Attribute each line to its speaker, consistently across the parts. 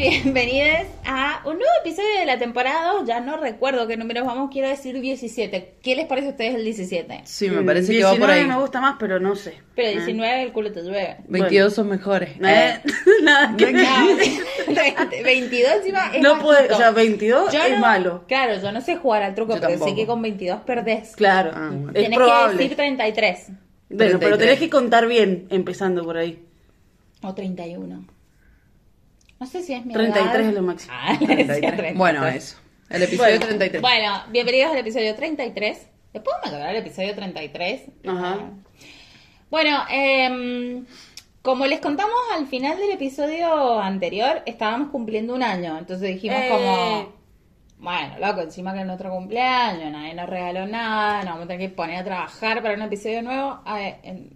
Speaker 1: bienvenidos a un nuevo episodio de la temporada 2. Ya no recuerdo qué números vamos, quiero decir 17. ¿Qué les parece a ustedes el 17?
Speaker 2: Sí, me parece que va
Speaker 3: 19
Speaker 2: por ahí.
Speaker 3: Mm, me gusta más, pero no sé.
Speaker 1: Pero 19 el culo te llueve.
Speaker 2: 22 son mejores.
Speaker 3: Eh, nada que ver.
Speaker 1: No, 20, 22 encima es
Speaker 3: No puede,
Speaker 1: bajito.
Speaker 3: o sea, 22
Speaker 1: Yo
Speaker 3: es
Speaker 1: no-
Speaker 3: malo.
Speaker 1: Claro, yo no sé jugar al truco,
Speaker 2: Yo
Speaker 1: pero sé
Speaker 2: tampoco.
Speaker 1: que con 22 perdés.
Speaker 3: Claro,
Speaker 2: Ah, bueno.
Speaker 3: es
Speaker 1: Tienes
Speaker 3: probable.
Speaker 1: que decir 33
Speaker 3: Bueno,
Speaker 2: 33.
Speaker 3: pero tenés que contar bien, empezando por ahí.
Speaker 1: o 31. No sé si es mi
Speaker 3: 33
Speaker 1: edad.
Speaker 3: es lo máximo.
Speaker 1: Ah, le decía
Speaker 2: 33.
Speaker 1: 33.
Speaker 2: Bueno, eso. El episodio
Speaker 3: Bueno.
Speaker 2: 33.
Speaker 1: Bueno, bienvenidos al episodio 33. Después vamos a grabar el episodio 33.
Speaker 3: Ajá.
Speaker 1: Bueno, em, como les contamos al final del episodio anterior, estábamos cumpliendo un año. Entonces dijimos
Speaker 3: Eh.
Speaker 1: como, bueno, loco, encima que es nuestro cumpleaños, nadie nos regaló nada, nos vamos a tener que poner a trabajar para un episodio nuevo. A ver, em,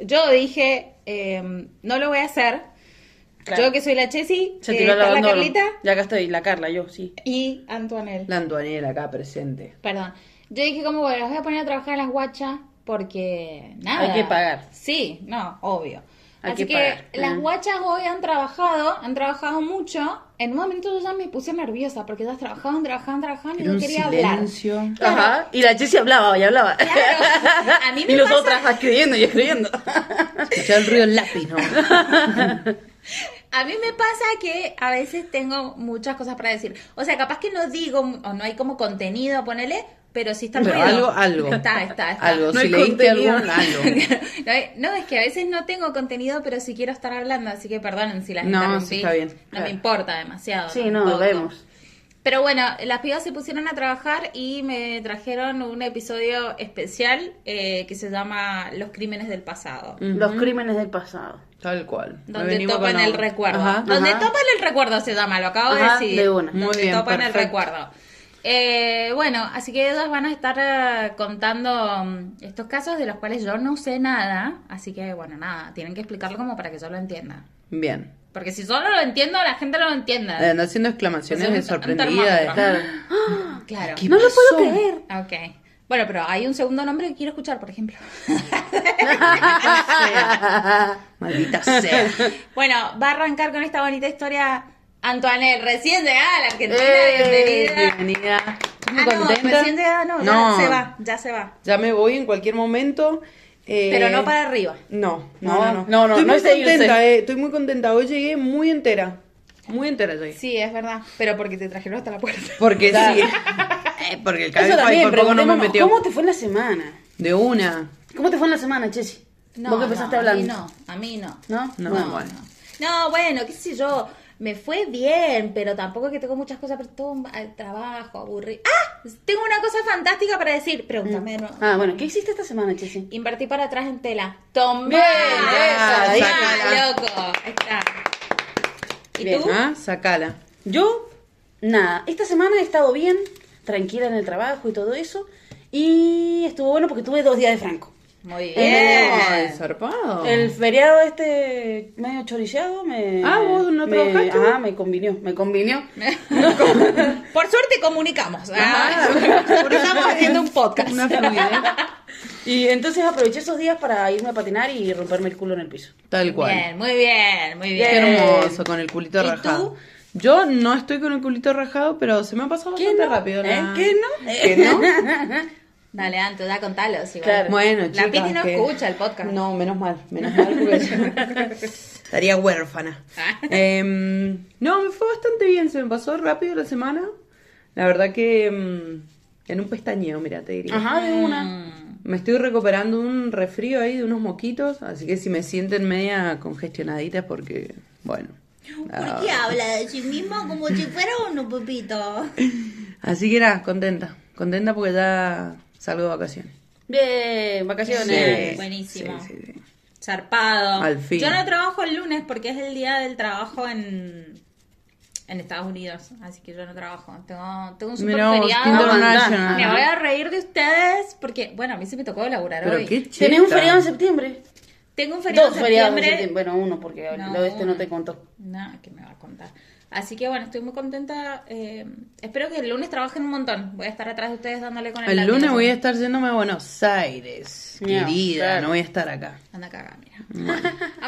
Speaker 1: yo dije, em, no lo voy a hacer.
Speaker 3: Claro.
Speaker 1: Yo que soy la Chessy,
Speaker 3: Se
Speaker 1: que
Speaker 3: tiró el
Speaker 1: está la
Speaker 3: abandono.
Speaker 1: Carlita
Speaker 3: Ya acá estoy, la Carla, yo, sí.
Speaker 1: y Antoinel.
Speaker 2: La Antoinela acá presente.
Speaker 1: Perdón. Yo dije como, bueno, las voy a poner a trabajar en las guachas porque nada.
Speaker 3: Hay que pagar.
Speaker 1: Sí, no, obvio.
Speaker 3: Hay
Speaker 1: Así
Speaker 3: que
Speaker 1: que,
Speaker 3: pagar.
Speaker 1: las
Speaker 3: Ujú.
Speaker 1: guachas hoy han trabajado, han trabajado mucho. En un momento yo ya me puse nerviosa porque ellas trabajaban, trabajaban, trabajaban y
Speaker 2: Era
Speaker 1: yo
Speaker 2: un
Speaker 1: quería
Speaker 2: silencio.
Speaker 1: Claro.
Speaker 3: Ajá. Y la Jessie hablaba y hablaba.
Speaker 1: hablar. Claro, a mí me
Speaker 3: y los
Speaker 1: pasa-
Speaker 3: otros escribiendo y escribiendo.
Speaker 1: Ah.
Speaker 2: Escuchaba el ruido del lápiz, ¿no?
Speaker 1: A mí me pasa que a veces tengo muchas cosas para decir. O sea, capaz que no digo o no hay como contenido, ponele, pero sí está el
Speaker 2: Pero
Speaker 1: ruido.
Speaker 2: algo, algo.
Speaker 1: Está, está, está.
Speaker 2: Algo.
Speaker 3: No
Speaker 2: si
Speaker 3: hay
Speaker 2: leíste
Speaker 3: contenido.
Speaker 2: algún, algo.
Speaker 1: No, eh, No, es que a veces no tengo contenido, pero sí quiero estar hablando, así que perdonen si las
Speaker 2: No,
Speaker 1: interrumpí.
Speaker 2: sí, está bien,
Speaker 1: No
Speaker 2: claro.
Speaker 1: me importa demasiado.
Speaker 3: Sí, no,
Speaker 1: tampoco.
Speaker 3: vemos.
Speaker 1: Pero bueno, las pibas se pusieron a trabajar y me trajeron un episodio especial eh, que se llama Los crímenes del pasado.
Speaker 3: Los crímenes del pasado.
Speaker 2: Tal cual. Hoy
Speaker 1: Donde
Speaker 2: venimos
Speaker 1: topan
Speaker 2: con
Speaker 1: el
Speaker 2: algo.
Speaker 1: recuerdo.
Speaker 2: Ajá.
Speaker 1: Donde
Speaker 3: ajá.
Speaker 1: topan el recuerdo se llama, lo acabo
Speaker 3: Ajá,
Speaker 1: de decir.
Speaker 3: de una.
Speaker 2: Muy
Speaker 1: Donde
Speaker 2: bien,
Speaker 1: topan el
Speaker 2: perfecto.
Speaker 1: recuerdo. Eh, bueno, así que ellas van a estar eh, contando mm, estos casos de los cuales yo no sé nada. Así que, bueno, nada, tienen que explicarlo como para que yo lo entienda.
Speaker 2: Bien.
Speaker 1: Porque si solo lo entiendo, la gente no lo entienda.
Speaker 2: Anda haciendo exclamaciones
Speaker 1: Hacer
Speaker 2: de
Speaker 1: un- un
Speaker 2: sorprendida. de-
Speaker 1: termómetro.
Speaker 3: Claro.
Speaker 1: claro.
Speaker 2: ¿Qué pasó?
Speaker 1: Ok. Bueno, pero hay un segundo nombre que quiero escuchar, por ejemplo.
Speaker 2: Maldita sea.
Speaker 1: Bueno, va a arrancar con esta bonita historia Antoinette, recién llegada a la Argentina,
Speaker 2: Eh,
Speaker 1: bienvenida.
Speaker 2: bienvenida. Estoy muy
Speaker 1: Ah, no,
Speaker 2: contenta.
Speaker 1: recién llegada no,
Speaker 2: No.
Speaker 1: ya se va, ya se va.
Speaker 2: Ya me voy en cualquier momento. eh,
Speaker 1: Pero no para arriba.
Speaker 2: No,
Speaker 3: No,
Speaker 2: no, no.
Speaker 3: no, no, no,
Speaker 2: estoy
Speaker 3: no
Speaker 2: muy
Speaker 3: es de irse.
Speaker 2: contenta, eh, estoy muy contenta. Hoy llegué muy entera. Muy entera llegué.
Speaker 1: Sí, es verdad, pero porque te trajeron hasta la puerta.
Speaker 2: Porque
Speaker 3: Ya.
Speaker 2: sí. Eh, Porque el
Speaker 3: Eso
Speaker 2: cabezal
Speaker 3: también,
Speaker 2: por poco no me
Speaker 3: preguntémonos,
Speaker 2: metió.
Speaker 3: ¿Cómo te fue en la semana?
Speaker 2: De una.
Speaker 3: ¿Cómo te fue en la semana, Jessie? Vos que empezaste
Speaker 1: no,
Speaker 3: hablando.
Speaker 1: A mí no, a mí no.
Speaker 3: ¿No?
Speaker 2: No,
Speaker 3: Bueno.
Speaker 2: bueno.
Speaker 1: No, bueno, qué sé yo, me fue bien, pero tampoco que tengo muchas cosas, pero todo al trabajo, aburrido. ¡Ah! Tengo una cosa fantástica para decir, pregúntame de nuevo.
Speaker 3: Ah, bueno, ¿qué hiciste esta semana, Chessy?
Speaker 1: Invertí para atrás en tela. Tomé. Ah,
Speaker 3: Bien, esa, ahí.
Speaker 1: loco. Ahí está. ¿Y
Speaker 3: Bien,
Speaker 1: tú?
Speaker 2: Ah, sacala.
Speaker 3: Yo, nada, esta semana he estado bien, tranquila en el trabajo y todo eso. Y estuvo bueno porque tuve dos días de franco.
Speaker 1: Muy
Speaker 3: Eh,
Speaker 2: Ay,
Speaker 1: bien.
Speaker 2: zarpado.
Speaker 3: El feriado este medio chorillado me...
Speaker 2: Ah, ¿vos no
Speaker 3: me-
Speaker 2: trabajaste?
Speaker 3: Ah, me convinió, me convinió.
Speaker 1: Por suerte comunicamos. Ah, porque estamos haciendo un podcast.
Speaker 2: Una fluidez.
Speaker 3: Y entonces aproveché esos días para irme a patinar y romperme el culo en el piso.
Speaker 2: Tal cual.
Speaker 1: Bien, muy bien, muy
Speaker 2: Qué
Speaker 1: bien.
Speaker 2: hermoso, con el culito
Speaker 1: ¿Y tú?
Speaker 2: rajado. Yo no estoy con el culito rajado, pero se me ha pasado bastante rápido.
Speaker 3: ¿Eh?
Speaker 2: la-
Speaker 3: ¿Qué no?
Speaker 2: ¿Que no?
Speaker 1: ¿Eh? Dale, Anto, ya contalo. si
Speaker 3: Claro.
Speaker 2: Bueno, chicas.
Speaker 1: La Piti no
Speaker 2: que-
Speaker 1: escucha el podcast.
Speaker 2: No, menos mal, menos mal porque yo- estaría huérfana.
Speaker 1: Ah.
Speaker 2: Em, no, me fue bastante bien, se me pasó rápido la semana. La verdad que em, en un pestañeo, mira, te diría.
Speaker 3: Ajá, de una.
Speaker 1: Mm,
Speaker 2: Me estoy recuperando un resfrío ahí de unos moquitos, así que si me sienten media congestionadita es porque, bueno. Ah,
Speaker 4: ¿Por qué habla de sí mismo como si fuera uno, Pepito?
Speaker 2: Así que nada, contenta, contenta porque ya salgo de vacaciones.
Speaker 3: Bien, vacaciones.
Speaker 1: Sí. Buenísimo.
Speaker 2: sí, sí, sí.
Speaker 1: zarpado.
Speaker 2: Al fin.
Speaker 1: Yo no trabajo el lunes porque es el día del trabajo en, en Estados Unidos. Así que yo no trabajo. Tengo, tengo un super
Speaker 2: Mira vos,
Speaker 1: feriado.
Speaker 2: qué international.
Speaker 1: Me voy a reír de ustedes porque, bueno, a mí se me tocó laburar
Speaker 2: Pero
Speaker 1: hoy.
Speaker 2: qué cheta.
Speaker 3: ¿Tenés un feriado en septiembre?
Speaker 1: Tengo un feriado
Speaker 3: Dos
Speaker 1: en
Speaker 3: feriados en
Speaker 1: septiembre.
Speaker 3: septiembre. Bueno, uno, porque
Speaker 1: No,
Speaker 3: lo de este
Speaker 1: uno.
Speaker 3: no te contó.
Speaker 1: No, ¿qué me va a contar? Así que bueno, estoy muy contenta. eh, espero que el lunes trabajen un montón. Voy a estar atrás de ustedes dándole con el
Speaker 2: El
Speaker 1: látigo.
Speaker 2: lunes voy a estar yéndome a Buenos Aires,
Speaker 3: No,
Speaker 2: querida,
Speaker 3: claro.
Speaker 2: no voy a estar acá.
Speaker 1: Anda cagada, mira.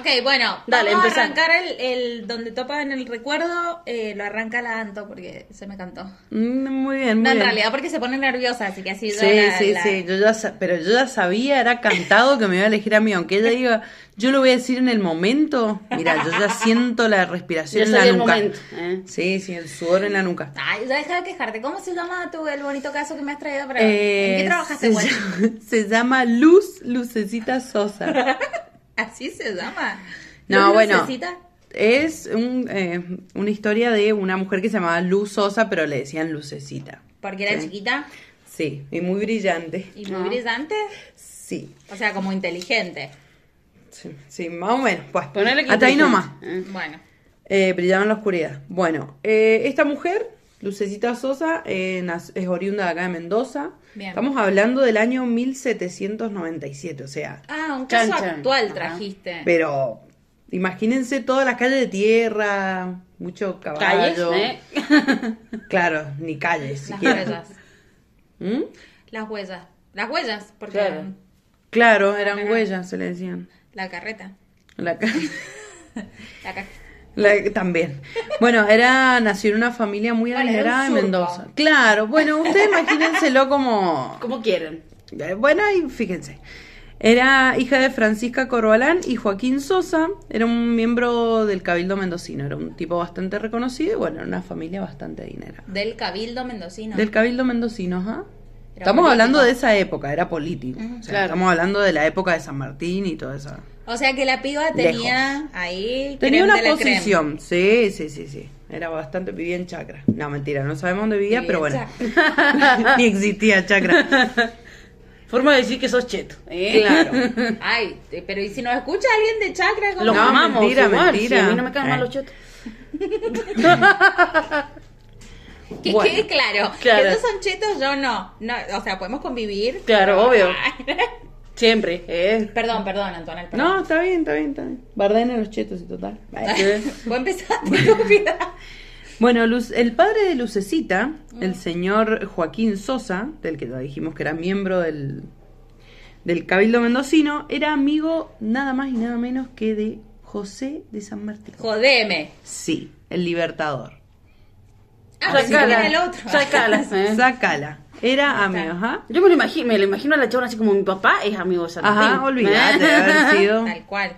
Speaker 1: ok, bueno,
Speaker 3: Dale,
Speaker 1: vamos
Speaker 3: empezá.
Speaker 1: a arrancar el, el donde topa en el recuerdo. eh, lo arranca la Anto porque se me cantó.
Speaker 2: Mm, Muy bien, muy
Speaker 1: No, en
Speaker 2: bien.
Speaker 1: realidad porque se pone nerviosa, así que así yo
Speaker 2: Sí,
Speaker 1: la-
Speaker 2: sí,
Speaker 1: la-
Speaker 2: sí, yo ya sa- pero yo ya sabía, era cantado que me iba a elegir a mí, aunque ella diga, yo lo voy a decir en el momento, mira, yo ya siento la
Speaker 3: Yo
Speaker 2: respiración en
Speaker 3: soy
Speaker 2: la
Speaker 3: el
Speaker 2: nuca.
Speaker 3: momento. ¿eh?
Speaker 2: Sí, sí, el sudor en la nuca.
Speaker 1: Ay, ya deja de quejarte. ¿Cómo se llama tú el bonito caso que me has traído para
Speaker 2: Eh,
Speaker 1: ¿En qué trabajaste,
Speaker 2: se,
Speaker 1: bueno?
Speaker 2: llama, se llama Luz Lucecita Sosa.
Speaker 1: ¿Así se llama?
Speaker 2: No,
Speaker 1: ¿Luz
Speaker 2: bueno.
Speaker 1: Lucecita?
Speaker 2: Es un, eh, una historia de una mujer que se llamaba Luz Sosa, pero le decían Lucecita.
Speaker 1: Porque era
Speaker 2: Sí.
Speaker 1: chiquita
Speaker 2: Sí, y muy brillante.
Speaker 1: y muy brillante.
Speaker 2: Sí,
Speaker 1: O sea, como inteligente.
Speaker 2: sí, sí, más o menos. Pues,
Speaker 3: Ponele que
Speaker 2: hasta ahí
Speaker 3: inteligente.
Speaker 2: nomás.
Speaker 3: ¿eh?
Speaker 1: Bueno.
Speaker 2: Eh, brillaba en la oscuridad. Bueno, eh, esta mujer, Lucecita Sosa, eh, nas- es oriunda de acá de Mendoza.
Speaker 1: Bien.
Speaker 2: Estamos hablando del año 1797, o sea,
Speaker 1: Ah, un
Speaker 3: Chan,
Speaker 1: caso
Speaker 3: chan.
Speaker 1: actual
Speaker 3: Ajá.
Speaker 1: trajiste.
Speaker 2: pero imagínense todas las calles de tierra, mucho
Speaker 3: Calles,
Speaker 2: caballo.
Speaker 3: ¿eh?
Speaker 2: Claro, ni calles
Speaker 1: Las
Speaker 2: siquiera.
Speaker 1: huellas.
Speaker 2: ¿Mm?
Speaker 1: Las huellas. Las huellas, porque
Speaker 3: Claro.
Speaker 2: Claro, eran
Speaker 1: Ajá.
Speaker 2: huellas, se le decían.
Speaker 1: la carreta.
Speaker 2: La ca-
Speaker 1: La ca-
Speaker 2: la- también. Bueno, era nació en una familia muy
Speaker 1: Bueno, era un
Speaker 2: adinerada en
Speaker 1: surco.
Speaker 2: Mendoza. Claro, bueno, ustedes imagínenselo como
Speaker 3: Como quieren.
Speaker 2: Eh, Bueno, y fíjense. Era hija de Francisca Corbalán y Joaquín Sosa. Era un miembro del Cabildo Mendocino. Era un tipo bastante reconocido y bueno, era una familia bastante adinerada.
Speaker 1: Del cabildo mendocino.
Speaker 2: Del Cabildo Mendocino, ajá.
Speaker 1: Era
Speaker 2: estamos
Speaker 1: político.
Speaker 2: hablando de esa época, era político. O sea,
Speaker 3: claro.
Speaker 2: Estamos hablando de la época de San Martín y todo eso.
Speaker 1: O sea que la piba tenía ahí.
Speaker 2: Tenía
Speaker 1: creme
Speaker 2: una
Speaker 1: de la creme.
Speaker 2: posición, sí, sí, sí, sí. Era bastante, vivía en chacra. No, mentira, no sabemos dónde vivía,
Speaker 1: Vivía
Speaker 2: pero
Speaker 1: en
Speaker 2: bueno. Ni existía chacra.
Speaker 3: Forma de decir que sos cheto. ¿eh?
Speaker 2: Claro.
Speaker 1: Ay, eh, pero ¿y si nos escucha alguien de chakra? ¿Cómo?
Speaker 3: Los
Speaker 2: No,
Speaker 3: amamos.
Speaker 2: mentira,
Speaker 3: igual,
Speaker 2: mentira.
Speaker 3: si a mí no me caen
Speaker 2: Eh.
Speaker 3: mal los chetos.
Speaker 1: Que
Speaker 2: Bueno.
Speaker 1: quede claro.
Speaker 3: Claro.
Speaker 1: Que ellos son chetos, yo no. no. O sea, podemos convivir.
Speaker 3: Claro, obvio.
Speaker 1: Ay.
Speaker 3: Siempre. ¿eh?
Speaker 1: Perdón, perdón, Antonella. perdón.
Speaker 2: No, está bien, está bien, está bien. Bardén a los chetos y total.
Speaker 1: Vos empezaste, estúpida.
Speaker 2: Bueno, Luz- el padre de Lucecita,
Speaker 1: Mm.
Speaker 2: el señor Joaquín Sosa, del que ya dijimos que era miembro del, del Cabildo Mendocino, era amigo nada más y nada menos que de José de San Martín.
Speaker 1: Jodeme.
Speaker 2: Sí, el libertador.
Speaker 1: Ah, pensé que era el otro.
Speaker 3: Sacala. ¿eh?
Speaker 2: Sacala. Era
Speaker 1: está.
Speaker 2: amigo, ajá.
Speaker 3: Yo me lo imagino, me lo imagino a la chabona así como mi papá es amigo de San Martín.
Speaker 2: Ajá, olvídate de haber sido.
Speaker 1: Eh. Tal cual.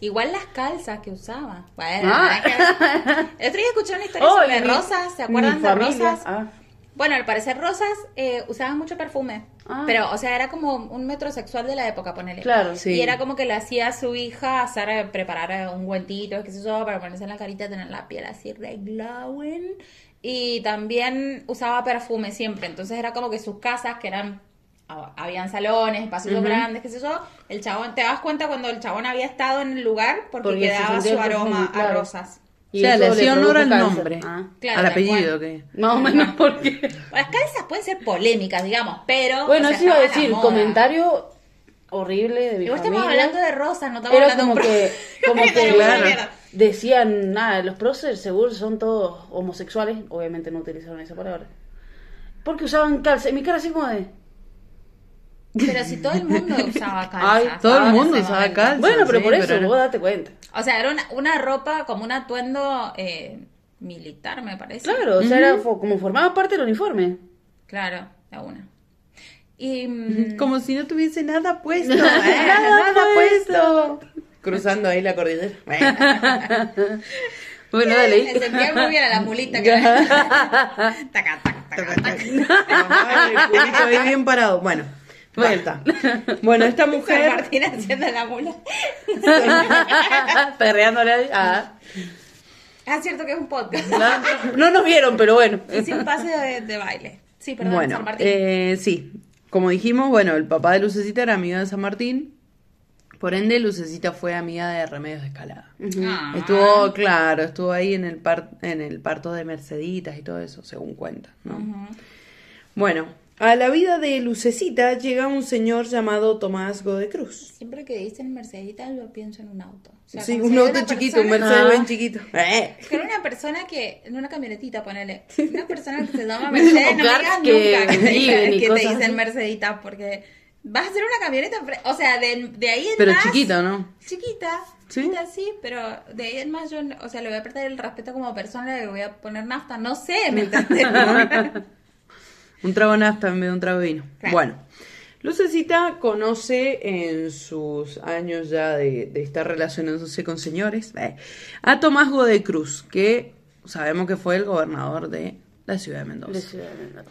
Speaker 1: Igual las calzas que usaba. Bueno,
Speaker 3: Ah.
Speaker 1: nada que- el otro día escuché una historia
Speaker 3: Oh,
Speaker 1: sobre
Speaker 3: mi-
Speaker 1: rosas. ¿Se
Speaker 3: mi
Speaker 1: acuerdan de
Speaker 3: familia,
Speaker 1: rosas?
Speaker 3: ah.
Speaker 1: Bueno, al parecer rosas eh, usaba mucho perfume.
Speaker 3: Ah.
Speaker 1: Pero, o sea, era como un metrosexual de la época, ponele.
Speaker 3: Claro,
Speaker 2: sí.
Speaker 1: Y era como que le hacía a su hija hacer, eh, preparar eh, un guentito, qué sé yo, para ponerse en la carita, tener la piel así re glowing. Y también usaba perfume siempre. Entonces era como que sus casas, que eran. ah, Habían salones, espacios grandes, qué sé yo. El chabón, te das cuenta cuando el chabón había estado en el lugar porque,
Speaker 3: Porque se
Speaker 1: quedaba
Speaker 3: sentía
Speaker 1: su
Speaker 3: el perfume,
Speaker 1: aroma a
Speaker 3: claro.
Speaker 1: rosas.
Speaker 2: O
Speaker 3: Y
Speaker 2: sea,
Speaker 3: eso
Speaker 2: le hacía honor
Speaker 3: produjo
Speaker 2: al
Speaker 3: cáncer.
Speaker 2: nombre,
Speaker 3: Ah.
Speaker 1: Claro,
Speaker 2: al
Speaker 1: tal
Speaker 2: apellido
Speaker 1: cual.
Speaker 2: que...
Speaker 3: Más o menos porque...
Speaker 1: Las calzas pueden ser polémicas, digamos, pero.
Speaker 3: Bueno,
Speaker 1: o sea,
Speaker 3: eso iba a
Speaker 1: estaba la
Speaker 3: decir,
Speaker 1: moda.
Speaker 3: comentario horrible de mi
Speaker 1: Igual
Speaker 3: familia.
Speaker 1: estamos hablando de rosas, no estamos
Speaker 3: Era
Speaker 1: hablando
Speaker 3: como
Speaker 1: de un pro-
Speaker 3: que, como
Speaker 1: Era
Speaker 3: que
Speaker 1: una
Speaker 2: Claro.
Speaker 1: mierda.
Speaker 3: decían, nada, los próceres seguro son todos homosexuales, obviamente no utilizaron esa palabra, porque usaban calza, y mi cara así como de,
Speaker 1: Pero si todo el mundo usaba calzas.
Speaker 3: Ay,
Speaker 2: Todo el
Speaker 1: en
Speaker 2: mundo
Speaker 1: ese
Speaker 2: usaba
Speaker 1: momento.
Speaker 2: calzas.
Speaker 3: bueno, pero
Speaker 2: sí,
Speaker 3: por eso,
Speaker 2: era-
Speaker 3: vos date cuenta.
Speaker 1: O sea, era una, una ropa como un atuendo eh, militar, me parece.
Speaker 3: Claro, o sea, era fo- como formaba parte del uniforme.
Speaker 1: Claro, la una. Y. mm,
Speaker 2: Como si no tuviese nada puesto. ¿eh?
Speaker 1: Nada
Speaker 2: puesto. Cruzando ahí la cordillera.
Speaker 3: Bueno,
Speaker 1: Me
Speaker 3: dale.
Speaker 1: sentía muy bien a la mulita que era. Taca, taca, taca, taca.
Speaker 2: El culito ahí bien parado. Bueno, basta. Bueno, esta
Speaker 1: San
Speaker 2: mujer.
Speaker 1: Martín haciendo la mula.
Speaker 3: Perreándole ahí. Ah,
Speaker 1: Ah, es cierto que es un podcast.
Speaker 3: no, no nos vieron, pero bueno.
Speaker 1: Y sin pase de, de baile. Sí, perdón, San
Speaker 2: Bueno,
Speaker 1: Martín.
Speaker 2: eh, sí. Como dijimos, bueno, el papá de Lucecita era amigo de San Martín. Por ende, Lucecita fue amiga de Remedios de Escalada.
Speaker 1: Ah.
Speaker 2: Estuvo, claro, estuvo ahí en el, par- en el parto de Merceditas y todo eso, según cuenta, ¿no? Bueno, A la vida de Lucecita llega un señor llamado Tomás Godecruz.
Speaker 1: Siempre que dicen Merceditas yo pienso en un auto. O sea,
Speaker 2: sí,
Speaker 1: como
Speaker 2: un
Speaker 1: si era
Speaker 2: auto
Speaker 1: una
Speaker 2: chiquito, un
Speaker 1: persona- Ah.
Speaker 2: Mercedes bien chiquito. Eh.
Speaker 1: Que era una persona que, en una camionetita, ponele, una persona que se llama Mercedes,
Speaker 5: O
Speaker 1: no
Speaker 5: Clarks
Speaker 1: digas
Speaker 5: que
Speaker 1: nunca que, te,
Speaker 5: viven y
Speaker 1: dicen- que te
Speaker 5: cosas
Speaker 1: dicen
Speaker 5: así.
Speaker 1: Mercedita, porque vas a hacer una camioneta, pre- o sea, de, de ahí en
Speaker 2: Pero
Speaker 1: más,
Speaker 2: chiquito, ¿no?
Speaker 1: chiquita,
Speaker 2: ¿Sí?
Speaker 1: chiquita sí, pero de ahí en más yo, no- o sea, le voy a perder el respeto como persona, le voy a poner nafta, no sé, ¿me entendés?
Speaker 2: Un trago nafta en vez de un trago de vino.
Speaker 1: Claro.
Speaker 2: Bueno, Lucecita conoce en sus años ya de, de estar relacionándose con señores eh, a Tomás Godecruz, que sabemos que fue el gobernador de la ciudad de Mendoza.
Speaker 3: De Ciudad de Mendoza.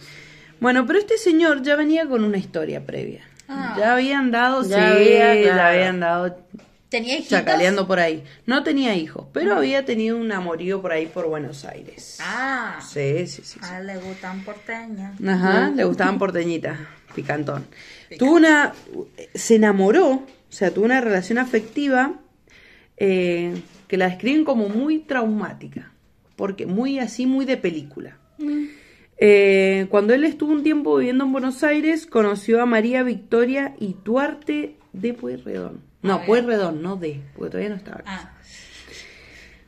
Speaker 2: Bueno, pero este señor ya venía con una historia previa.
Speaker 1: Ah.
Speaker 2: Ya habían dado,
Speaker 3: Ya
Speaker 2: sí,
Speaker 3: había, claro.
Speaker 2: ya habían dado
Speaker 4: Tenía hijitos.
Speaker 2: chacaleando por ahí. No tenía hijos, pero había tenido un amorío por ahí por Buenos Aires.
Speaker 1: Ah,
Speaker 2: Sí, sí, sí. sí.
Speaker 1: a él le gustan porteñas.
Speaker 2: Ajá, le gustaban porteñitas, picantón. Tuvo una. Se enamoró, o sea, tuvo una relación afectiva eh, que la describen como muy traumática. Porque muy así, muy de película. Eh, cuando él estuvo un tiempo viviendo en Buenos Aires, conoció a María Victoria y Duarte de Pueyrredón.
Speaker 1: Ah,
Speaker 2: No,
Speaker 1: bien.
Speaker 2: Pueyrredón, no de, porque todavía no estaba.
Speaker 1: Ah,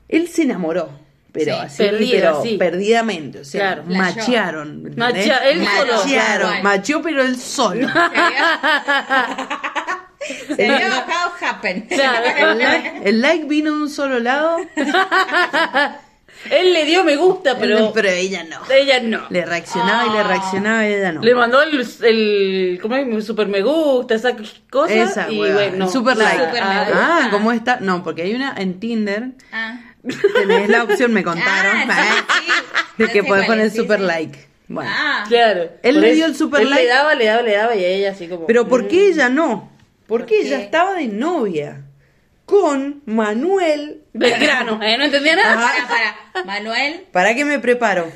Speaker 2: Él se enamoró, pero
Speaker 1: Sí,
Speaker 2: así,
Speaker 5: perdida,
Speaker 2: pero
Speaker 5: sí.
Speaker 2: perdidamente, o sea,
Speaker 5: Claro.
Speaker 2: machearon. ¿entendés?
Speaker 5: Machea- él
Speaker 1: solo.
Speaker 2: Machearon, macheó pero él solo.
Speaker 1: se había, se había bajado Happen.
Speaker 5: Claro.
Speaker 2: El like, el like vino de un solo lado,
Speaker 5: Él le dio me gusta,
Speaker 2: pero,
Speaker 5: pero
Speaker 2: ella no.
Speaker 5: ella no.
Speaker 2: Le reaccionaba y le reaccionaba y ella no.
Speaker 5: Le mandó el, el ¿cómo es? super me gusta, esas cosas.
Speaker 2: Esa,
Speaker 5: y
Speaker 2: hueva,
Speaker 5: bueno,
Speaker 2: el super
Speaker 5: nada.
Speaker 2: like.
Speaker 1: Super me
Speaker 5: Ah,
Speaker 1: gusta.
Speaker 2: ah, ¿cómo está? No, porque hay una en Tinder,
Speaker 1: Ah.
Speaker 2: tenés la opción, me contaron,
Speaker 1: Ah, sí,
Speaker 2: ¿eh?
Speaker 1: sí.
Speaker 2: de que
Speaker 1: No sé
Speaker 2: podés
Speaker 1: cuál
Speaker 2: poner
Speaker 1: es, sí,
Speaker 2: super
Speaker 1: sí.
Speaker 2: like. Bueno.
Speaker 1: Ah,
Speaker 5: Claro.
Speaker 2: Él
Speaker 5: Por
Speaker 2: le
Speaker 5: eso,
Speaker 2: dio el super
Speaker 5: él
Speaker 2: like.
Speaker 5: Le daba, le daba, le daba y ella así como. mm.
Speaker 2: Pero ¿por qué ella no? Porque
Speaker 1: Mm. ¿Por
Speaker 2: ella
Speaker 1: qué?
Speaker 2: estaba de novia con Manuel.
Speaker 5: Belgrano, ¿eh? No entendía nada.
Speaker 1: para, para. Manuel.
Speaker 2: ¿Para qué me preparo?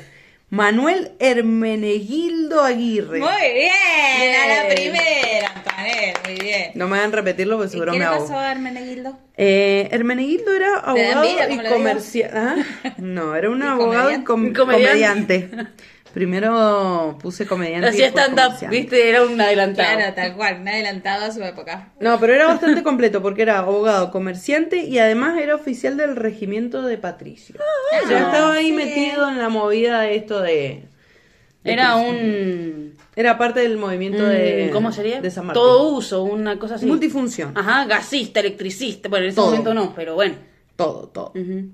Speaker 2: Manuel Hermenegildo Aguirre.
Speaker 1: Muy bien, a la
Speaker 5: Bien.
Speaker 1: primera, Antonel, muy bien.
Speaker 2: No me hagan repetirlo porque
Speaker 1: ¿Y
Speaker 2: seguro
Speaker 1: qué
Speaker 2: me
Speaker 1: le
Speaker 2: hago.
Speaker 1: pasó a Hermenegildo?
Speaker 2: Eh, Hermenegildo era
Speaker 1: Te da
Speaker 2: abogado
Speaker 1: envidia, como
Speaker 2: y
Speaker 1: lo digo.
Speaker 2: comerciante. No, era un
Speaker 1: Y
Speaker 2: abogado y com-
Speaker 5: comediante. Comediante.
Speaker 2: comediante. Primero puse comediante. y
Speaker 5: Hacía
Speaker 2: después
Speaker 5: stand-up,
Speaker 2: comerciante.
Speaker 5: viste, era un adelantado.
Speaker 1: Claro, tal cual, me adelantado a su época.
Speaker 2: No, pero era bastante completo porque era abogado, comerciante y además era oficial del regimiento de Patricio.
Speaker 5: Ah,
Speaker 2: o sea, estaba ahí metido en la movida de esto de...
Speaker 5: Era un.
Speaker 2: Era parte del movimiento de...
Speaker 5: un- Mm, ¿Cómo sería?
Speaker 2: De San Martín.
Speaker 5: Todo Ah. uso, una cosa así.
Speaker 2: Multifunción.
Speaker 5: Ajá, gasista, electricista. Bueno, en ese
Speaker 2: Todo.
Speaker 5: momento no, pero bueno.
Speaker 2: Todo, todo.
Speaker 5: Ujú.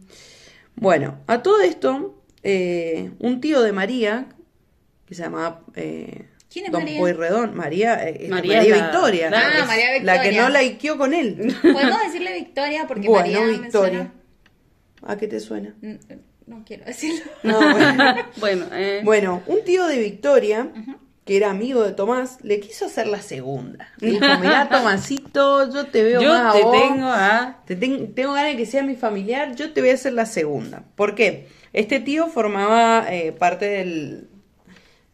Speaker 2: Bueno, a todo esto, eh, un tío de María, que se llamaba... eh,
Speaker 1: ¿Quién es
Speaker 2: Don
Speaker 1: María?
Speaker 2: Pueyrredón, María, eh, esta
Speaker 5: María
Speaker 2: María
Speaker 5: es la-
Speaker 2: Victoria,
Speaker 5: la-
Speaker 2: que
Speaker 1: Ah, María
Speaker 2: es- la que
Speaker 1: Victoria.
Speaker 2: no laiqueó con él.
Speaker 1: Podemos decirle Victoria porque
Speaker 2: bueno,
Speaker 1: María me
Speaker 2: Victoria.
Speaker 1: suena-
Speaker 2: ¿A qué te suena?
Speaker 1: N- No quiero decirlo.
Speaker 2: No, bueno.
Speaker 5: Bueno, eh.
Speaker 2: Bueno, un tío de Victoria, que era amigo de Tomás, le quiso hacer la segunda. Le dijo, mirá, Tomasito, yo te veo
Speaker 5: yo
Speaker 2: más
Speaker 5: te
Speaker 2: a vos.
Speaker 5: tengo a.
Speaker 2: Te ten- tengo ganas de que seas mi familiar, yo te voy a hacer la segunda. ¿Por qué? Este tío formaba eh, parte del,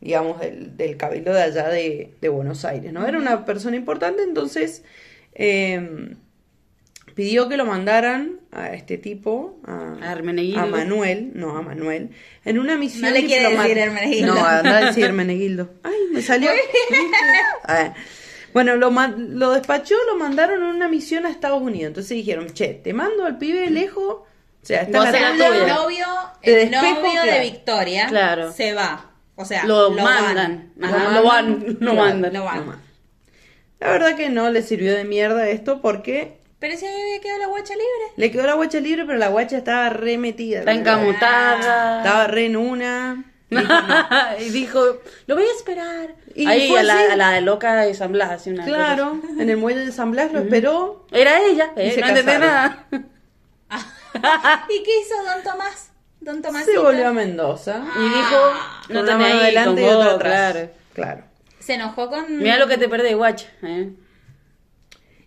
Speaker 2: digamos, del, del cabildo de allá de, de Buenos Aires, ¿no? Era una persona importante, entonces eh, pidió que lo mandaran a este tipo, a,
Speaker 5: A Hermenegildo.
Speaker 2: a Manuel, no, a Manuel, en una misión
Speaker 1: No le quiere
Speaker 2: diplomática.
Speaker 1: decir Hermenegildo.
Speaker 2: No, anda a decir Hermenegildo. Ay, me salió. Ah, Bueno, lo, ma- lo despachó, lo mandaron en una misión a Estados Unidos. Entonces dijeron, che, te mando al pibe lejos. O sea, está
Speaker 5: Vos
Speaker 2: en
Speaker 1: O
Speaker 2: la
Speaker 1: sea,
Speaker 5: Para
Speaker 1: el
Speaker 5: todo.
Speaker 1: novio,
Speaker 2: Te
Speaker 1: el
Speaker 2: despejo,
Speaker 1: novio de
Speaker 2: claro.
Speaker 1: Victoria
Speaker 5: Claro.
Speaker 1: se va. O sea,
Speaker 5: Lo,
Speaker 1: van.
Speaker 5: mandan.
Speaker 2: Lo
Speaker 5: Ajá, lo
Speaker 2: mandan.
Speaker 5: van, lo
Speaker 2: Claro,
Speaker 5: mandan.
Speaker 1: lo
Speaker 2: No más. La verdad que no le sirvió de mierda esto porque
Speaker 1: Pero si ahí había quedado la guacha libre.
Speaker 2: le quedó la guacha libre, pero la guacha estaba re metida.
Speaker 5: Está encamutada.
Speaker 2: Estaba re en una.
Speaker 5: y dijo, lo voy a esperar.
Speaker 2: Y
Speaker 5: Ahí
Speaker 2: fue
Speaker 5: a la,
Speaker 2: así.
Speaker 5: a la loca de San Blas, así una cosa
Speaker 2: Claro, en el muelle de San Blas lo esperó.
Speaker 5: así. Era ella,
Speaker 2: Y
Speaker 5: eh,
Speaker 2: se
Speaker 5: no entendía
Speaker 2: casaron.
Speaker 5: nada.
Speaker 1: ¿Y qué hizo Don Tomás? Don Tomás
Speaker 2: Se volvió a Mendoza.
Speaker 5: Y dijo,
Speaker 2: Con
Speaker 5: no
Speaker 2: Ah. una
Speaker 5: tenés ahí
Speaker 2: mano adelante
Speaker 5: con
Speaker 2: y otra
Speaker 5: vos,
Speaker 2: atrás.
Speaker 5: claro.
Speaker 2: Claro.
Speaker 1: se enojó con.
Speaker 5: Mira Mm. lo que te perdés, guacha. eh.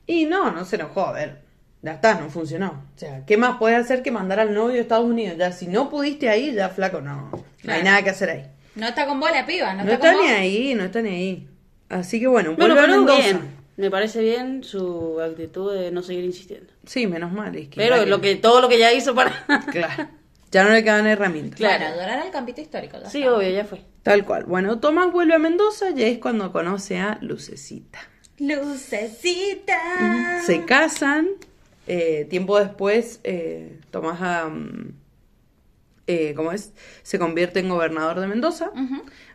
Speaker 2: Y no, no se enojó, a ver. Ya está, no funcionó. O sea, ¿qué más puedes hacer que mandar al novio a Estados Unidos? Ya, si no pudiste ahí, ya flaco, no. No hay
Speaker 1: Claro.
Speaker 2: nada que hacer ahí.
Speaker 1: No está con vos la piba, no,
Speaker 2: No
Speaker 1: está,
Speaker 2: está
Speaker 1: con
Speaker 2: ni
Speaker 1: vos.
Speaker 2: ahí, no está ni ahí. Así que bueno,
Speaker 5: Bueno,
Speaker 2: vuelve a
Speaker 5: pero
Speaker 2: Mendoza.
Speaker 5: bien. Me parece bien su actitud de no seguir insistiendo.
Speaker 2: Sí, menos mal. es que
Speaker 5: Pero
Speaker 2: vale.
Speaker 5: lo que todo lo que ya hizo para.
Speaker 2: Claro. Ya no le quedan herramientas.
Speaker 5: Claro.
Speaker 1: Bueno, durará el campito histórico. ya
Speaker 5: Sí,
Speaker 1: está.
Speaker 5: obvio, ya fue.
Speaker 2: Tal cual. Bueno, Tomás vuelve a Mendoza y ahí es cuando conoce a Lucecita.
Speaker 4: Lucecita.
Speaker 2: Se casan. eh, tiempo después, eh, Tomás, ah, mm, eh, ¿cómo es? Se convierte en gobernador de Mendoza.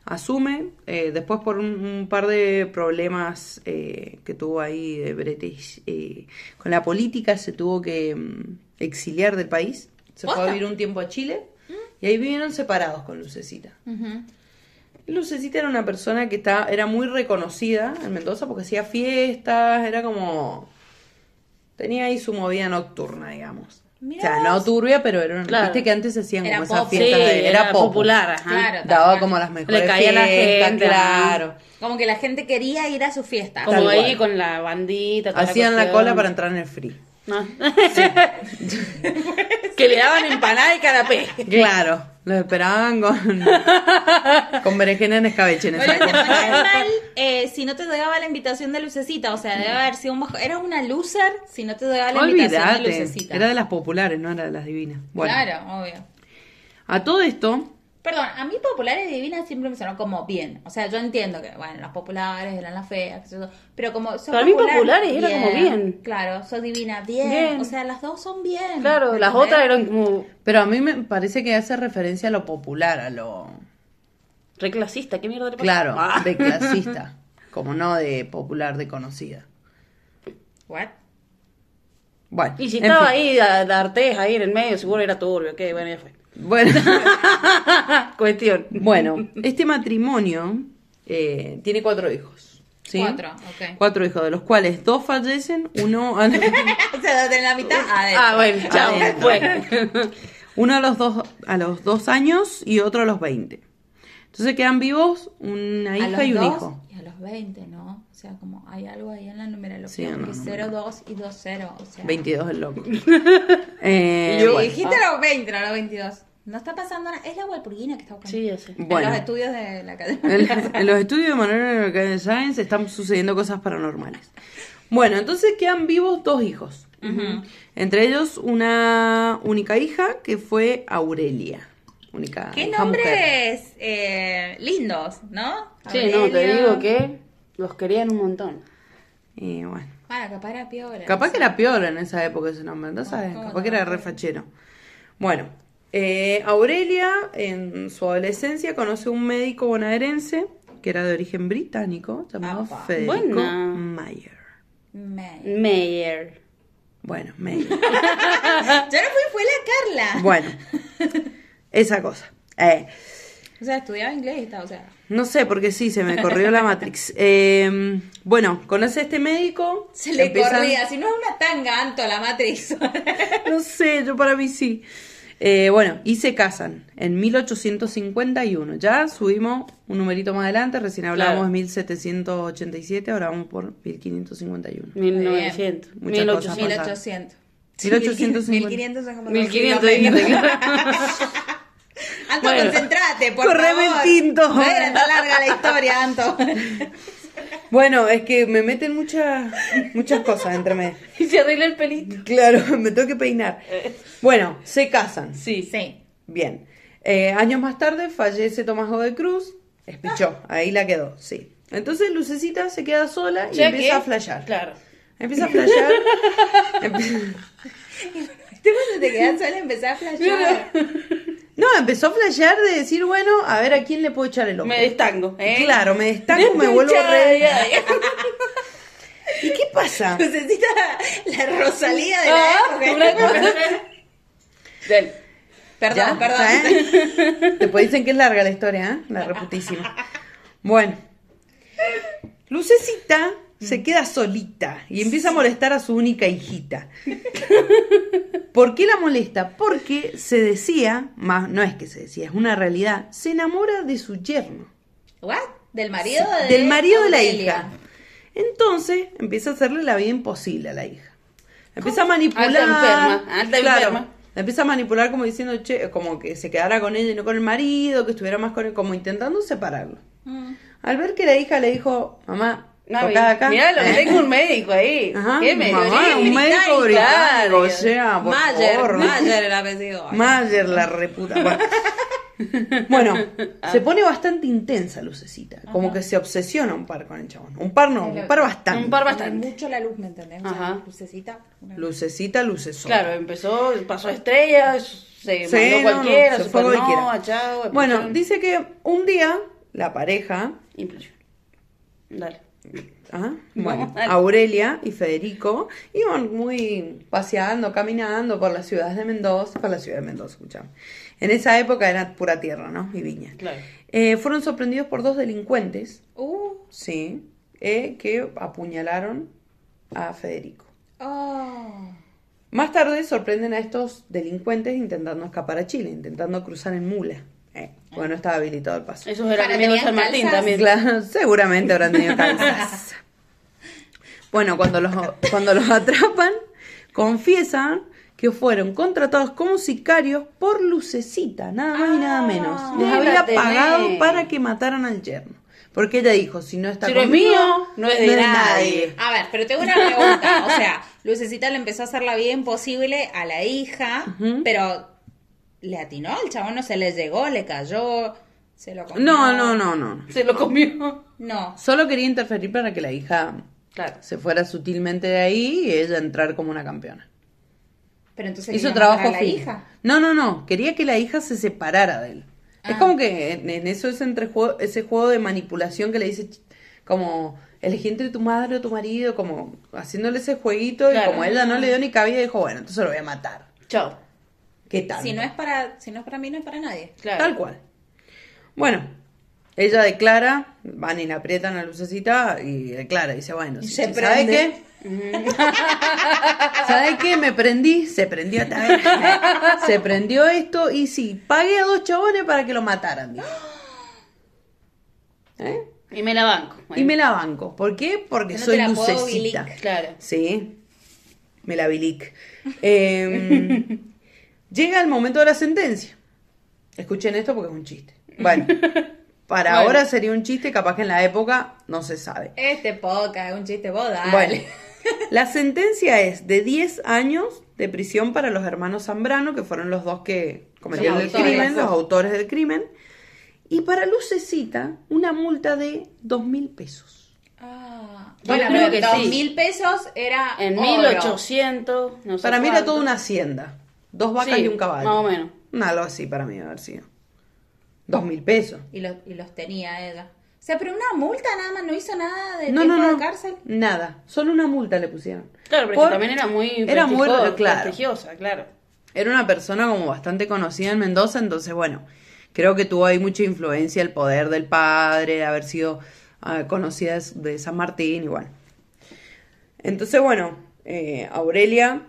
Speaker 2: Asume. eh, después, por un, un par de problemas eh, que tuvo ahí de British eh, con la política, se tuvo que mm, exiliar del país. Se fue a
Speaker 1: ¿Posta?
Speaker 2: vivir un tiempo a Chile. Y ahí vivieron separados con Lucecita.
Speaker 1: Ujú.
Speaker 2: Lucecita era una persona que estaba, era muy reconocida en Mendoza porque hacía fiestas, era como... Tenía ahí su movida nocturna, digamos.
Speaker 4: Mirá
Speaker 2: o sea, no turbia, pero era...
Speaker 5: Claro.
Speaker 2: Viste que antes se hacían
Speaker 1: Era
Speaker 2: como esas
Speaker 1: pop.
Speaker 5: Sí,
Speaker 2: fiestas de-
Speaker 5: era,
Speaker 2: pop.
Speaker 5: popular, ajá.
Speaker 1: Claro.
Speaker 2: Daba
Speaker 1: también.
Speaker 2: como las mejores
Speaker 5: Le caía a la gente, ajá.
Speaker 2: claro.
Speaker 1: Como que la gente quería ir a su fiesta.
Speaker 5: Como
Speaker 2: Tal
Speaker 5: ahí
Speaker 2: cual.
Speaker 5: con la bandita. toda
Speaker 2: Hacían la
Speaker 5: cuestión.
Speaker 2: cola para entrar en el free.
Speaker 5: No. que le daban empanada y canapé.
Speaker 2: Claro, los esperaban con, con berenjena en escabeche en esa
Speaker 1: Bueno, te
Speaker 2: época.
Speaker 1: ponías mal eh, si no te llegaba la invitación de Lucecita. O sea, debe haber sido un bajo. Era una loser si no te llegaba la invitación de
Speaker 2: Olvídate,
Speaker 1: Lucecita.
Speaker 2: era de las populares, no era de las divinas. Bueno,
Speaker 1: Claro, obvio.
Speaker 2: a todo esto,
Speaker 1: Perdón, a mí populares y divinas siempre me sonó como bien. O sea, yo entiendo que, bueno, las populares eran las feas, qué sé yo, pero como sos
Speaker 5: Para mí populares era como bien.
Speaker 1: Claro, sos divina, bien.
Speaker 5: Bien.
Speaker 1: O sea, las dos son bien.
Speaker 5: Claro, las
Speaker 1: ¿entendés?
Speaker 5: otras eran como
Speaker 2: Pero a mí me parece que hace referencia a lo popular, a lo...
Speaker 5: reclasista. ¿Qué mierda le pasa?
Speaker 2: Claro,
Speaker 5: Ah.
Speaker 2: de clasista, como no de popular, de conocida.
Speaker 1: What?
Speaker 2: Bueno,
Speaker 5: Y si
Speaker 2: en
Speaker 5: estaba
Speaker 2: fin.
Speaker 5: ahí, da- D'Artés ahí en el medio, seguro era turbio. Ok, bueno, ya fue. Ah,
Speaker 2: Bueno,
Speaker 5: Cuestión.
Speaker 2: bueno, este matrimonio eh, tiene cuatro hijos. ¿sí?
Speaker 1: Cuatro, ok.
Speaker 2: Cuatro hijos, de los cuales dos fallecen, uno a,
Speaker 1: o sea, de la mitad adentro.
Speaker 5: Ah, bueno, chao.
Speaker 2: Adentro.
Speaker 5: Fue.
Speaker 2: uno a los dos a los dos años y otro a los 20. Entonces quedan vivos una
Speaker 1: a
Speaker 2: hija
Speaker 1: los
Speaker 2: y un
Speaker 1: dos
Speaker 2: hijo.
Speaker 1: Y a los 20, ¿no? O sea, como hay algo ahí en la numerología.
Speaker 2: Sí, en la
Speaker 1: porque 0, 2 y 2, 0. O sea,
Speaker 2: 22 el loco. Eh,
Speaker 1: Sí,
Speaker 2: bueno.
Speaker 1: dijiste a los 20, no a los 22. No está pasando nada. Es la Walpurgina que está buscando.
Speaker 5: Sí, ya sé.
Speaker 1: En
Speaker 2: Bueno.
Speaker 1: los estudios de la academia.
Speaker 2: En, en los estudios de Manuel Academy de Science están sucediendo cosas paranormales. Bueno, entonces quedan vivos dos hijos. Entre ellos una única hija que fue Aurelia. Única
Speaker 1: Qué
Speaker 2: hija mujer.
Speaker 1: nombres eh, lindos, ¿no?
Speaker 5: Sí, no, te
Speaker 1: Aurelio.
Speaker 5: digo que los querían un montón.
Speaker 2: Y bueno,
Speaker 1: Bueno, capaz era piola.
Speaker 2: capaz que era peor en esa época ese nombre, ¿no sabes?
Speaker 1: ¿cómo
Speaker 2: Capaz
Speaker 1: no?
Speaker 2: que era refachero. Bueno, eh, Aurelia en su adolescencia conoce a un médico bonaerense que era de origen británico, llamado
Speaker 1: Apa.
Speaker 2: Federico
Speaker 5: Buena.
Speaker 2: Mayer.
Speaker 1: Me-
Speaker 5: Meyer.
Speaker 2: Bueno, Mayer.
Speaker 1: Yo no fui, fue la Carla.
Speaker 2: Bueno, esa cosa. Eh,
Speaker 1: O sea, estudiaba inglés y estaba, o sea.
Speaker 2: no sé, porque sí, se me corrió la Matrix. Eh, bueno, conoce a este médico.
Speaker 1: Se le
Speaker 2: empiezan-
Speaker 1: corría. Si no es una tanga, Anto, la matriz.
Speaker 2: No sé, yo para mí sí. Eh, bueno, y se casan en 1851. Ya subimos un numerito más adelante, recién hablábamos de 1787, ahora vamos por 1551.
Speaker 5: 1900.
Speaker 2: Muchas
Speaker 5: 1800.
Speaker 2: cosas
Speaker 1: 1800.
Speaker 2: 1850.
Speaker 1: 1500 son como
Speaker 5: 1500
Speaker 1: los
Speaker 5: dijiste,
Speaker 1: siglos.
Speaker 5: claro.
Speaker 1: Anto,
Speaker 5: Bueno.
Speaker 1: concentrate, por
Speaker 2: Correme el
Speaker 1: favor.
Speaker 2: tinto.
Speaker 1: No era tan larga la historia, Anto.
Speaker 2: Bueno, es que me meten muchas muchas cosas entre medio.
Speaker 5: Y se arregla el pelito.
Speaker 2: Claro, me tengo que peinar.
Speaker 1: Eh.
Speaker 2: Bueno, se casan.
Speaker 5: Sí.
Speaker 1: Sí.
Speaker 2: Bien. Eh, años más tarde fallece Tomás de Cruz. Espichó.
Speaker 1: Ah.
Speaker 2: Ahí la quedó, sí. Entonces Lucecita se queda sola y
Speaker 5: Ya
Speaker 2: empieza
Speaker 5: que-
Speaker 2: a flashear.
Speaker 5: Claro.
Speaker 2: Empieza a flashear. Empe-
Speaker 1: Tú cuando Este te quedas sola empezás a flashear.
Speaker 2: No, empezó a flashear de decir, bueno, a ver a quién le puedo echar el ojo.
Speaker 5: Me destango. ¿eh?
Speaker 2: Claro, me destaco, me vuelvo re...
Speaker 1: eh.
Speaker 2: ¿Y qué pasa?
Speaker 1: Necesita la Rosalía de la
Speaker 5: Ah,
Speaker 1: época.
Speaker 5: una cosa. Dale.
Speaker 1: Perdón,
Speaker 2: Ya,
Speaker 1: perdón.
Speaker 2: ¿eh? Después dicen que es larga la historia, ¿eh? La reputísima. Bueno. Lucecita
Speaker 1: Mm.
Speaker 2: se queda solita y empieza a molestar a su única hijita. ¿Por qué la molesta? Porque se decía, más no es que se decía, es una realidad, se enamora de su yerno,
Speaker 1: ¿What? ¿Del marido de
Speaker 2: del marido de la
Speaker 1: Aurelia?
Speaker 2: hija. Entonces empieza a hacerle la vida imposible a la hija. Empieza a manipular.
Speaker 5: Alta Ah, enferma, alta
Speaker 2: Claro.
Speaker 5: enferma.
Speaker 2: La empieza a manipular como diciendo, che, como que se quedara con ella y no con el marido, que estuviera más con él, como intentando separarlo.
Speaker 1: Mm.
Speaker 2: Al ver que la hija le dijo, mamá,
Speaker 3: No,
Speaker 2: Tocada acá. ¿Eh?
Speaker 5: Mirá, lo que tengo un médico ahí.
Speaker 2: Ajá,
Speaker 5: ¿Qué médico?
Speaker 2: mamá,
Speaker 5: Era
Speaker 2: un médico británico, o sea, Ah, por
Speaker 1: Mayer,
Speaker 2: favor.
Speaker 1: Mayer el apellido.
Speaker 2: Mayer, la reputa. Bueno. Bueno,
Speaker 5: Ah.
Speaker 2: se pone bastante intensa Lucecita. Como que se obsesiona un par con el chabón. Un par no, un par bastante.
Speaker 5: Un par
Speaker 1: Prende
Speaker 5: bastante.
Speaker 1: mucho la luz, ¿me entendés? O sea,
Speaker 5: Ajá.
Speaker 1: la lucecita. una-
Speaker 2: Lucecita, lucesona.
Speaker 5: Claro, empezó, pasó a estrellas, se
Speaker 2: Sí,
Speaker 5: mandó
Speaker 2: no,
Speaker 5: cualquiera,
Speaker 2: no,
Speaker 5: se,
Speaker 2: se fue
Speaker 5: fue
Speaker 2: cualquiera.
Speaker 5: no, chao.
Speaker 2: Bueno,
Speaker 5: explosión.
Speaker 2: dice que un día la pareja,
Speaker 5: Implosión. Dale.
Speaker 2: ah, bueno,
Speaker 5: dale.
Speaker 2: Aurelia y Federico, iban muy paseando, caminando por las ciudades de Mendoza, por la ciudad de Mendoza, escuchame. En esa época era pura tierra, ¿no? Y viñas.
Speaker 5: Claro.
Speaker 2: Eh, fueron sorprendidos por dos delincuentes,
Speaker 1: Uh,
Speaker 2: sí, eh, que apuñalaron a Federico.
Speaker 1: oh.
Speaker 2: Más tarde sorprenden a estos delincuentes intentando escapar a Chile, intentando cruzar en mula. Eh, porque no estaba habilitado el paso.
Speaker 5: Esos eran
Speaker 1: Para,
Speaker 5: amigos de
Speaker 1: ¿tenían
Speaker 5: San Martín
Speaker 1: calzas?
Speaker 5: también.
Speaker 2: Claro, seguramente habrán tenido calzas. Bueno, cuando los, cuando los atrapan, confiesan que fueron contratados como sicarios por Lucecita, nada más y nada menos. Les
Speaker 5: ahí
Speaker 2: había
Speaker 5: la Ah, tenés.
Speaker 2: pagado para que mataran al yerno. Porque ella dijo, si no está
Speaker 5: Si no es
Speaker 2: conmigo,
Speaker 5: mío, no es de nadie.
Speaker 1: A ver, pero tengo una pregunta. O sea, Lucecita le empezó a hacer la vida imposible a la hija, pero le atinó, el chabón no se le llegó, le cayó, se lo comió.
Speaker 2: No, no, no, no.
Speaker 5: Se lo comió.
Speaker 1: No.
Speaker 2: Solo quería interferir para que la hija
Speaker 5: Claro.
Speaker 2: se fuera sutilmente de ahí y ella entrar como una campeona.
Speaker 1: Pero entonces
Speaker 2: Hizo
Speaker 1: quería
Speaker 2: trabajo
Speaker 1: matar a la
Speaker 2: fino.
Speaker 1: hija.
Speaker 2: No, no, no. Quería que la hija se separara de él. Es
Speaker 1: Ah.
Speaker 2: como que en, en eso es entre juego, ese juego de manipulación que le dice ch- como elegí entre tu madre o tu marido, como haciéndole ese jueguito
Speaker 5: Claro.
Speaker 2: y como ella no le dio ni cabida dijo, bueno, entonces lo voy a matar.
Speaker 5: Chao.
Speaker 2: ¿Qué tal?
Speaker 1: Si no es para, si no es para mí, no es para nadie.
Speaker 5: Claro.
Speaker 2: Tal cual. Bueno, ella declara, van y le aprietan la lucecita y declara, dice, bueno,
Speaker 1: Y
Speaker 2: si-
Speaker 1: se
Speaker 2: si- ¿sabe
Speaker 1: prende.
Speaker 2: qué? ¿Sabe qué? Me prendí, se prendió esta vez. Se prendió esto y sí, pagué a dos chabones para que lo mataran. dijo. ¿Eh?
Speaker 5: Y me la banco.
Speaker 2: Y me la banco. ¿Por qué? Porque
Speaker 1: No te
Speaker 2: soy
Speaker 1: la puedo
Speaker 2: lucecita.
Speaker 1: bilic.
Speaker 5: Claro.
Speaker 2: Sí, me la bilic. Eh, llega el momento de la sentencia. Escuchen esto porque es un chiste. Bueno, para
Speaker 5: Bueno.
Speaker 2: ahora sería un chiste, capaz que en la época no se sabe.
Speaker 1: Este podcast es un chiste boda.
Speaker 2: Bueno, la sentencia es de 10 años de prisión para los hermanos Zambrano, que fueron los dos que cometieron
Speaker 1: Los
Speaker 2: el
Speaker 1: autores.
Speaker 2: crimen, los autores del crimen. Y para Lucecita, una multa de dos mil pesos.
Speaker 1: Ah.
Speaker 5: Yo
Speaker 1: Bueno,
Speaker 5: creo
Speaker 1: pero
Speaker 5: que
Speaker 1: dos
Speaker 5: sí.
Speaker 1: mil pesos era.
Speaker 5: En
Speaker 1: oro.
Speaker 5: 1800, no sé
Speaker 2: para mí era
Speaker 5: cuánto.
Speaker 2: toda una hacienda. Dos vacas
Speaker 5: Sí,
Speaker 2: y un caballo.
Speaker 5: más o menos.
Speaker 2: Un Algo así para mí, a ver si. Dos mil pesos.
Speaker 1: Y los, y los tenía ella. O sea, pero una multa nada más, no hizo nada de
Speaker 2: No,
Speaker 1: tiempo
Speaker 2: no,
Speaker 1: de
Speaker 2: no.
Speaker 1: cárcel.
Speaker 2: Nada. Solo una multa le pusieron.
Speaker 5: Claro, pero es que
Speaker 2: Por-
Speaker 5: también era muy
Speaker 2: Era muy
Speaker 5: prestigiosa,
Speaker 2: claro.
Speaker 5: prestigiosa, claro.
Speaker 2: Era una persona como bastante conocida en Mendoza, entonces, bueno, creo que tuvo ahí mucha influencia el poder del padre, de haber sido ah, conocida de- de San Martín y bueno. Entonces, bueno, eh, Aurelia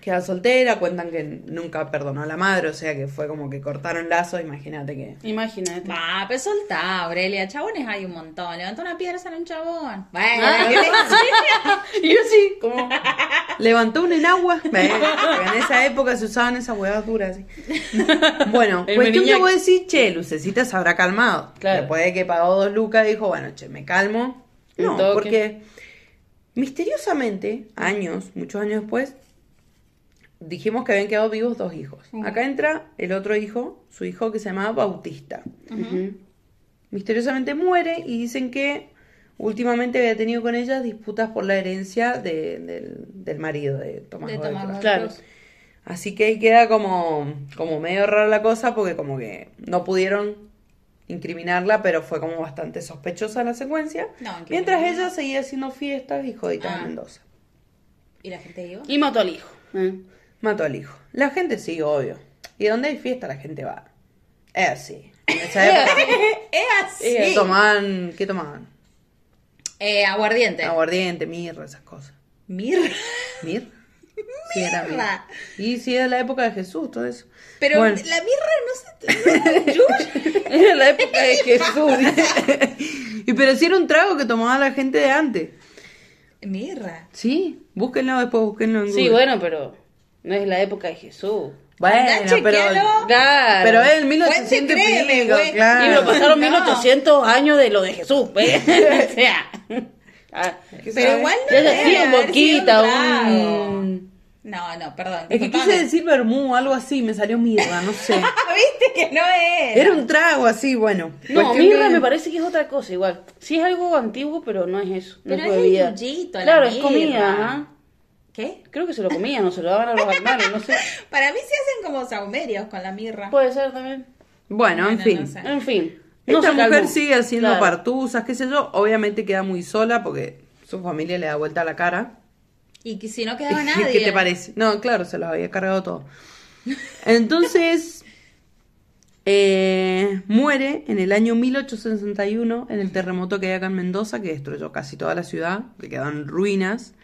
Speaker 2: queda soltera, cuentan que nunca perdonó a la madre, o sea que fue como que cortaron lazos, imagínate que...
Speaker 5: Imagínate.
Speaker 2: Ah,
Speaker 1: Va, Ah, pero soltá, Aurelia. Chabones hay un montón. Levantó una piedra, sale un chabón. Bueno,
Speaker 5: Ah.
Speaker 1: ¿qué te-
Speaker 5: Y yo sí, como
Speaker 2: Levantó un enagua. ¿ves? Porque En esa época se usaban esas huevas duras. así. Bueno,
Speaker 5: El
Speaker 2: cuestión que
Speaker 5: Meriñac.
Speaker 2: vos decís, che, Lucecita se habrá calmado.
Speaker 5: Claro.
Speaker 2: Después de que pagó dos lucas, dijo, bueno, che, me calmo.
Speaker 5: Un
Speaker 2: No,
Speaker 5: toque.
Speaker 2: porque misteriosamente, años, muchos años después, dijimos que habían quedado vivos dos hijos. Acá entra el otro hijo, su hijo que se llamaba Bautista. Misteriosamente muere y dicen que últimamente había tenido con ellas disputas por la herencia de- del, del marido de Tomás
Speaker 1: De
Speaker 2: Godoy
Speaker 1: Tomás
Speaker 2: Cruz.
Speaker 5: Claro.
Speaker 2: Así que ahí queda como, como medio rara la cosa porque como que no pudieron incriminarla, pero fue como bastante sospechosa la secuencia.
Speaker 1: No, incriminarla.
Speaker 2: mientras ella seguía haciendo fiestas y joditas
Speaker 1: Ah.
Speaker 2: en Mendoza.
Speaker 1: ¿Y la gente digo?
Speaker 5: y mató al hijo.
Speaker 2: Ah,
Speaker 5: ¿eh?
Speaker 2: Mató al hijo. La gente sí, obvio. Y donde hay fiesta la gente va. Es así. En esa época
Speaker 1: Es así.
Speaker 2: eh, tomaban, ¿qué tomaban?
Speaker 1: Eh, aguardiente.
Speaker 2: Aguardiente, mirra, esas cosas.
Speaker 1: Mirra.
Speaker 2: Mirra. Sí, era
Speaker 1: Mirra.
Speaker 2: mirra. Y sí, era la época de Jesús, todo eso.
Speaker 1: Pero
Speaker 2: Bueno.
Speaker 1: la mirra no se. Yo-
Speaker 5: Era la época de Jesús. dice.
Speaker 2: y pero si era un trago que tomaba la gente de antes.
Speaker 1: mirra.
Speaker 2: Sí, búsquenlo después, búsquenlo en Google.
Speaker 5: Sí, bueno, pero no es la época de Jesús.
Speaker 1: Andá,
Speaker 2: Bueno, pero,
Speaker 1: chequealo.
Speaker 5: Claro.
Speaker 2: pero es el
Speaker 1: Fuente
Speaker 2: 1800 y
Speaker 1: créeme,
Speaker 2: pico,
Speaker 1: güey.
Speaker 5: Y lo
Speaker 2: claro.
Speaker 5: pasaron
Speaker 1: No.
Speaker 3: pues.
Speaker 5: 1800 años de lo de Jesús, ¿eh? O sea, Ah,
Speaker 1: Pero
Speaker 2: sabe?
Speaker 1: igual no
Speaker 5: ya
Speaker 1: debe
Speaker 5: hacía un
Speaker 1: haber sido
Speaker 5: boquita,
Speaker 1: trago.
Speaker 5: un-
Speaker 1: No, no, perdón.
Speaker 2: Es que
Speaker 1: disculpame.
Speaker 2: quise decir vermú o algo así, me salió mierda, no sé.
Speaker 1: Ah, viste que no es.
Speaker 2: Era un trago así, bueno.
Speaker 3: No,
Speaker 2: Cuestión
Speaker 3: mirra
Speaker 2: que-
Speaker 3: me parece que es otra cosa igual. Sí es algo antiguo, pero no es eso. No
Speaker 4: Pero
Speaker 3: es
Speaker 4: es el
Speaker 3: bebida.
Speaker 4: yuyito, la
Speaker 3: Claro, es
Speaker 4: mirra.
Speaker 3: comida, ajá.
Speaker 1: ¿Qué?
Speaker 3: Creo que se lo comían o se lo daban a los hermanos, no sé.
Speaker 1: Para mí se hacen como saumerios con la mirra.
Speaker 3: Puede ser también.
Speaker 2: Bueno, en
Speaker 1: Bueno,
Speaker 2: fin.
Speaker 1: no sé.
Speaker 3: En fin. no
Speaker 2: Esta
Speaker 3: se
Speaker 2: mujer
Speaker 3: calmó.
Speaker 2: sigue haciendo
Speaker 3: Claro.
Speaker 2: partusas, qué sé yo. Obviamente queda muy sola porque su familia le da vuelta la cara.
Speaker 1: Y que si no quedaba
Speaker 2: ¿Qué-
Speaker 1: nadie.
Speaker 2: ¿Qué te parece? No, claro, se los había cargado todo. Entonces, eh, muere en el año 1861 en el terremoto que hay acá en Mendoza, que destruyó casi toda la ciudad, que quedaron ruinas.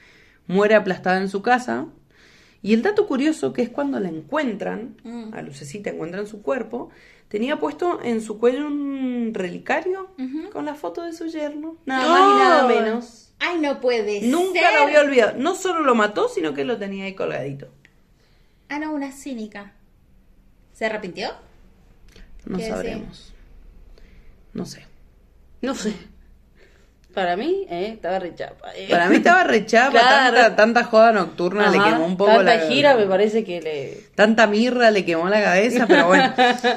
Speaker 2: Muere aplastada en su casa. Y el dato curioso que es cuando la encuentran,
Speaker 1: Mm.
Speaker 2: a Lucecita encuentran su cuerpo, tenía puesto en su cuello un relicario con la foto de su yerno, nada más y nada menos.
Speaker 1: Ay, no puede
Speaker 2: Nunca
Speaker 1: ser.
Speaker 2: lo había olvidado. No solo lo mató, sino que lo tenía ahí colgadito.
Speaker 1: Ana, Ah, una cínica. ¿Se arrepintió?
Speaker 2: No
Speaker 1: ¿Qué decís?
Speaker 2: sabremos. No sé.
Speaker 3: No sé. Para mí, eh, estaba rechapa. eh.
Speaker 2: Para mí estaba rechapa,
Speaker 3: Claro.
Speaker 2: tanta, tanta joda nocturna le
Speaker 3: Ajá,
Speaker 2: quemó un poco
Speaker 3: tanta
Speaker 2: la
Speaker 3: gira me parece que le...
Speaker 2: Tanta mirra le quemó la cabeza, pero bueno.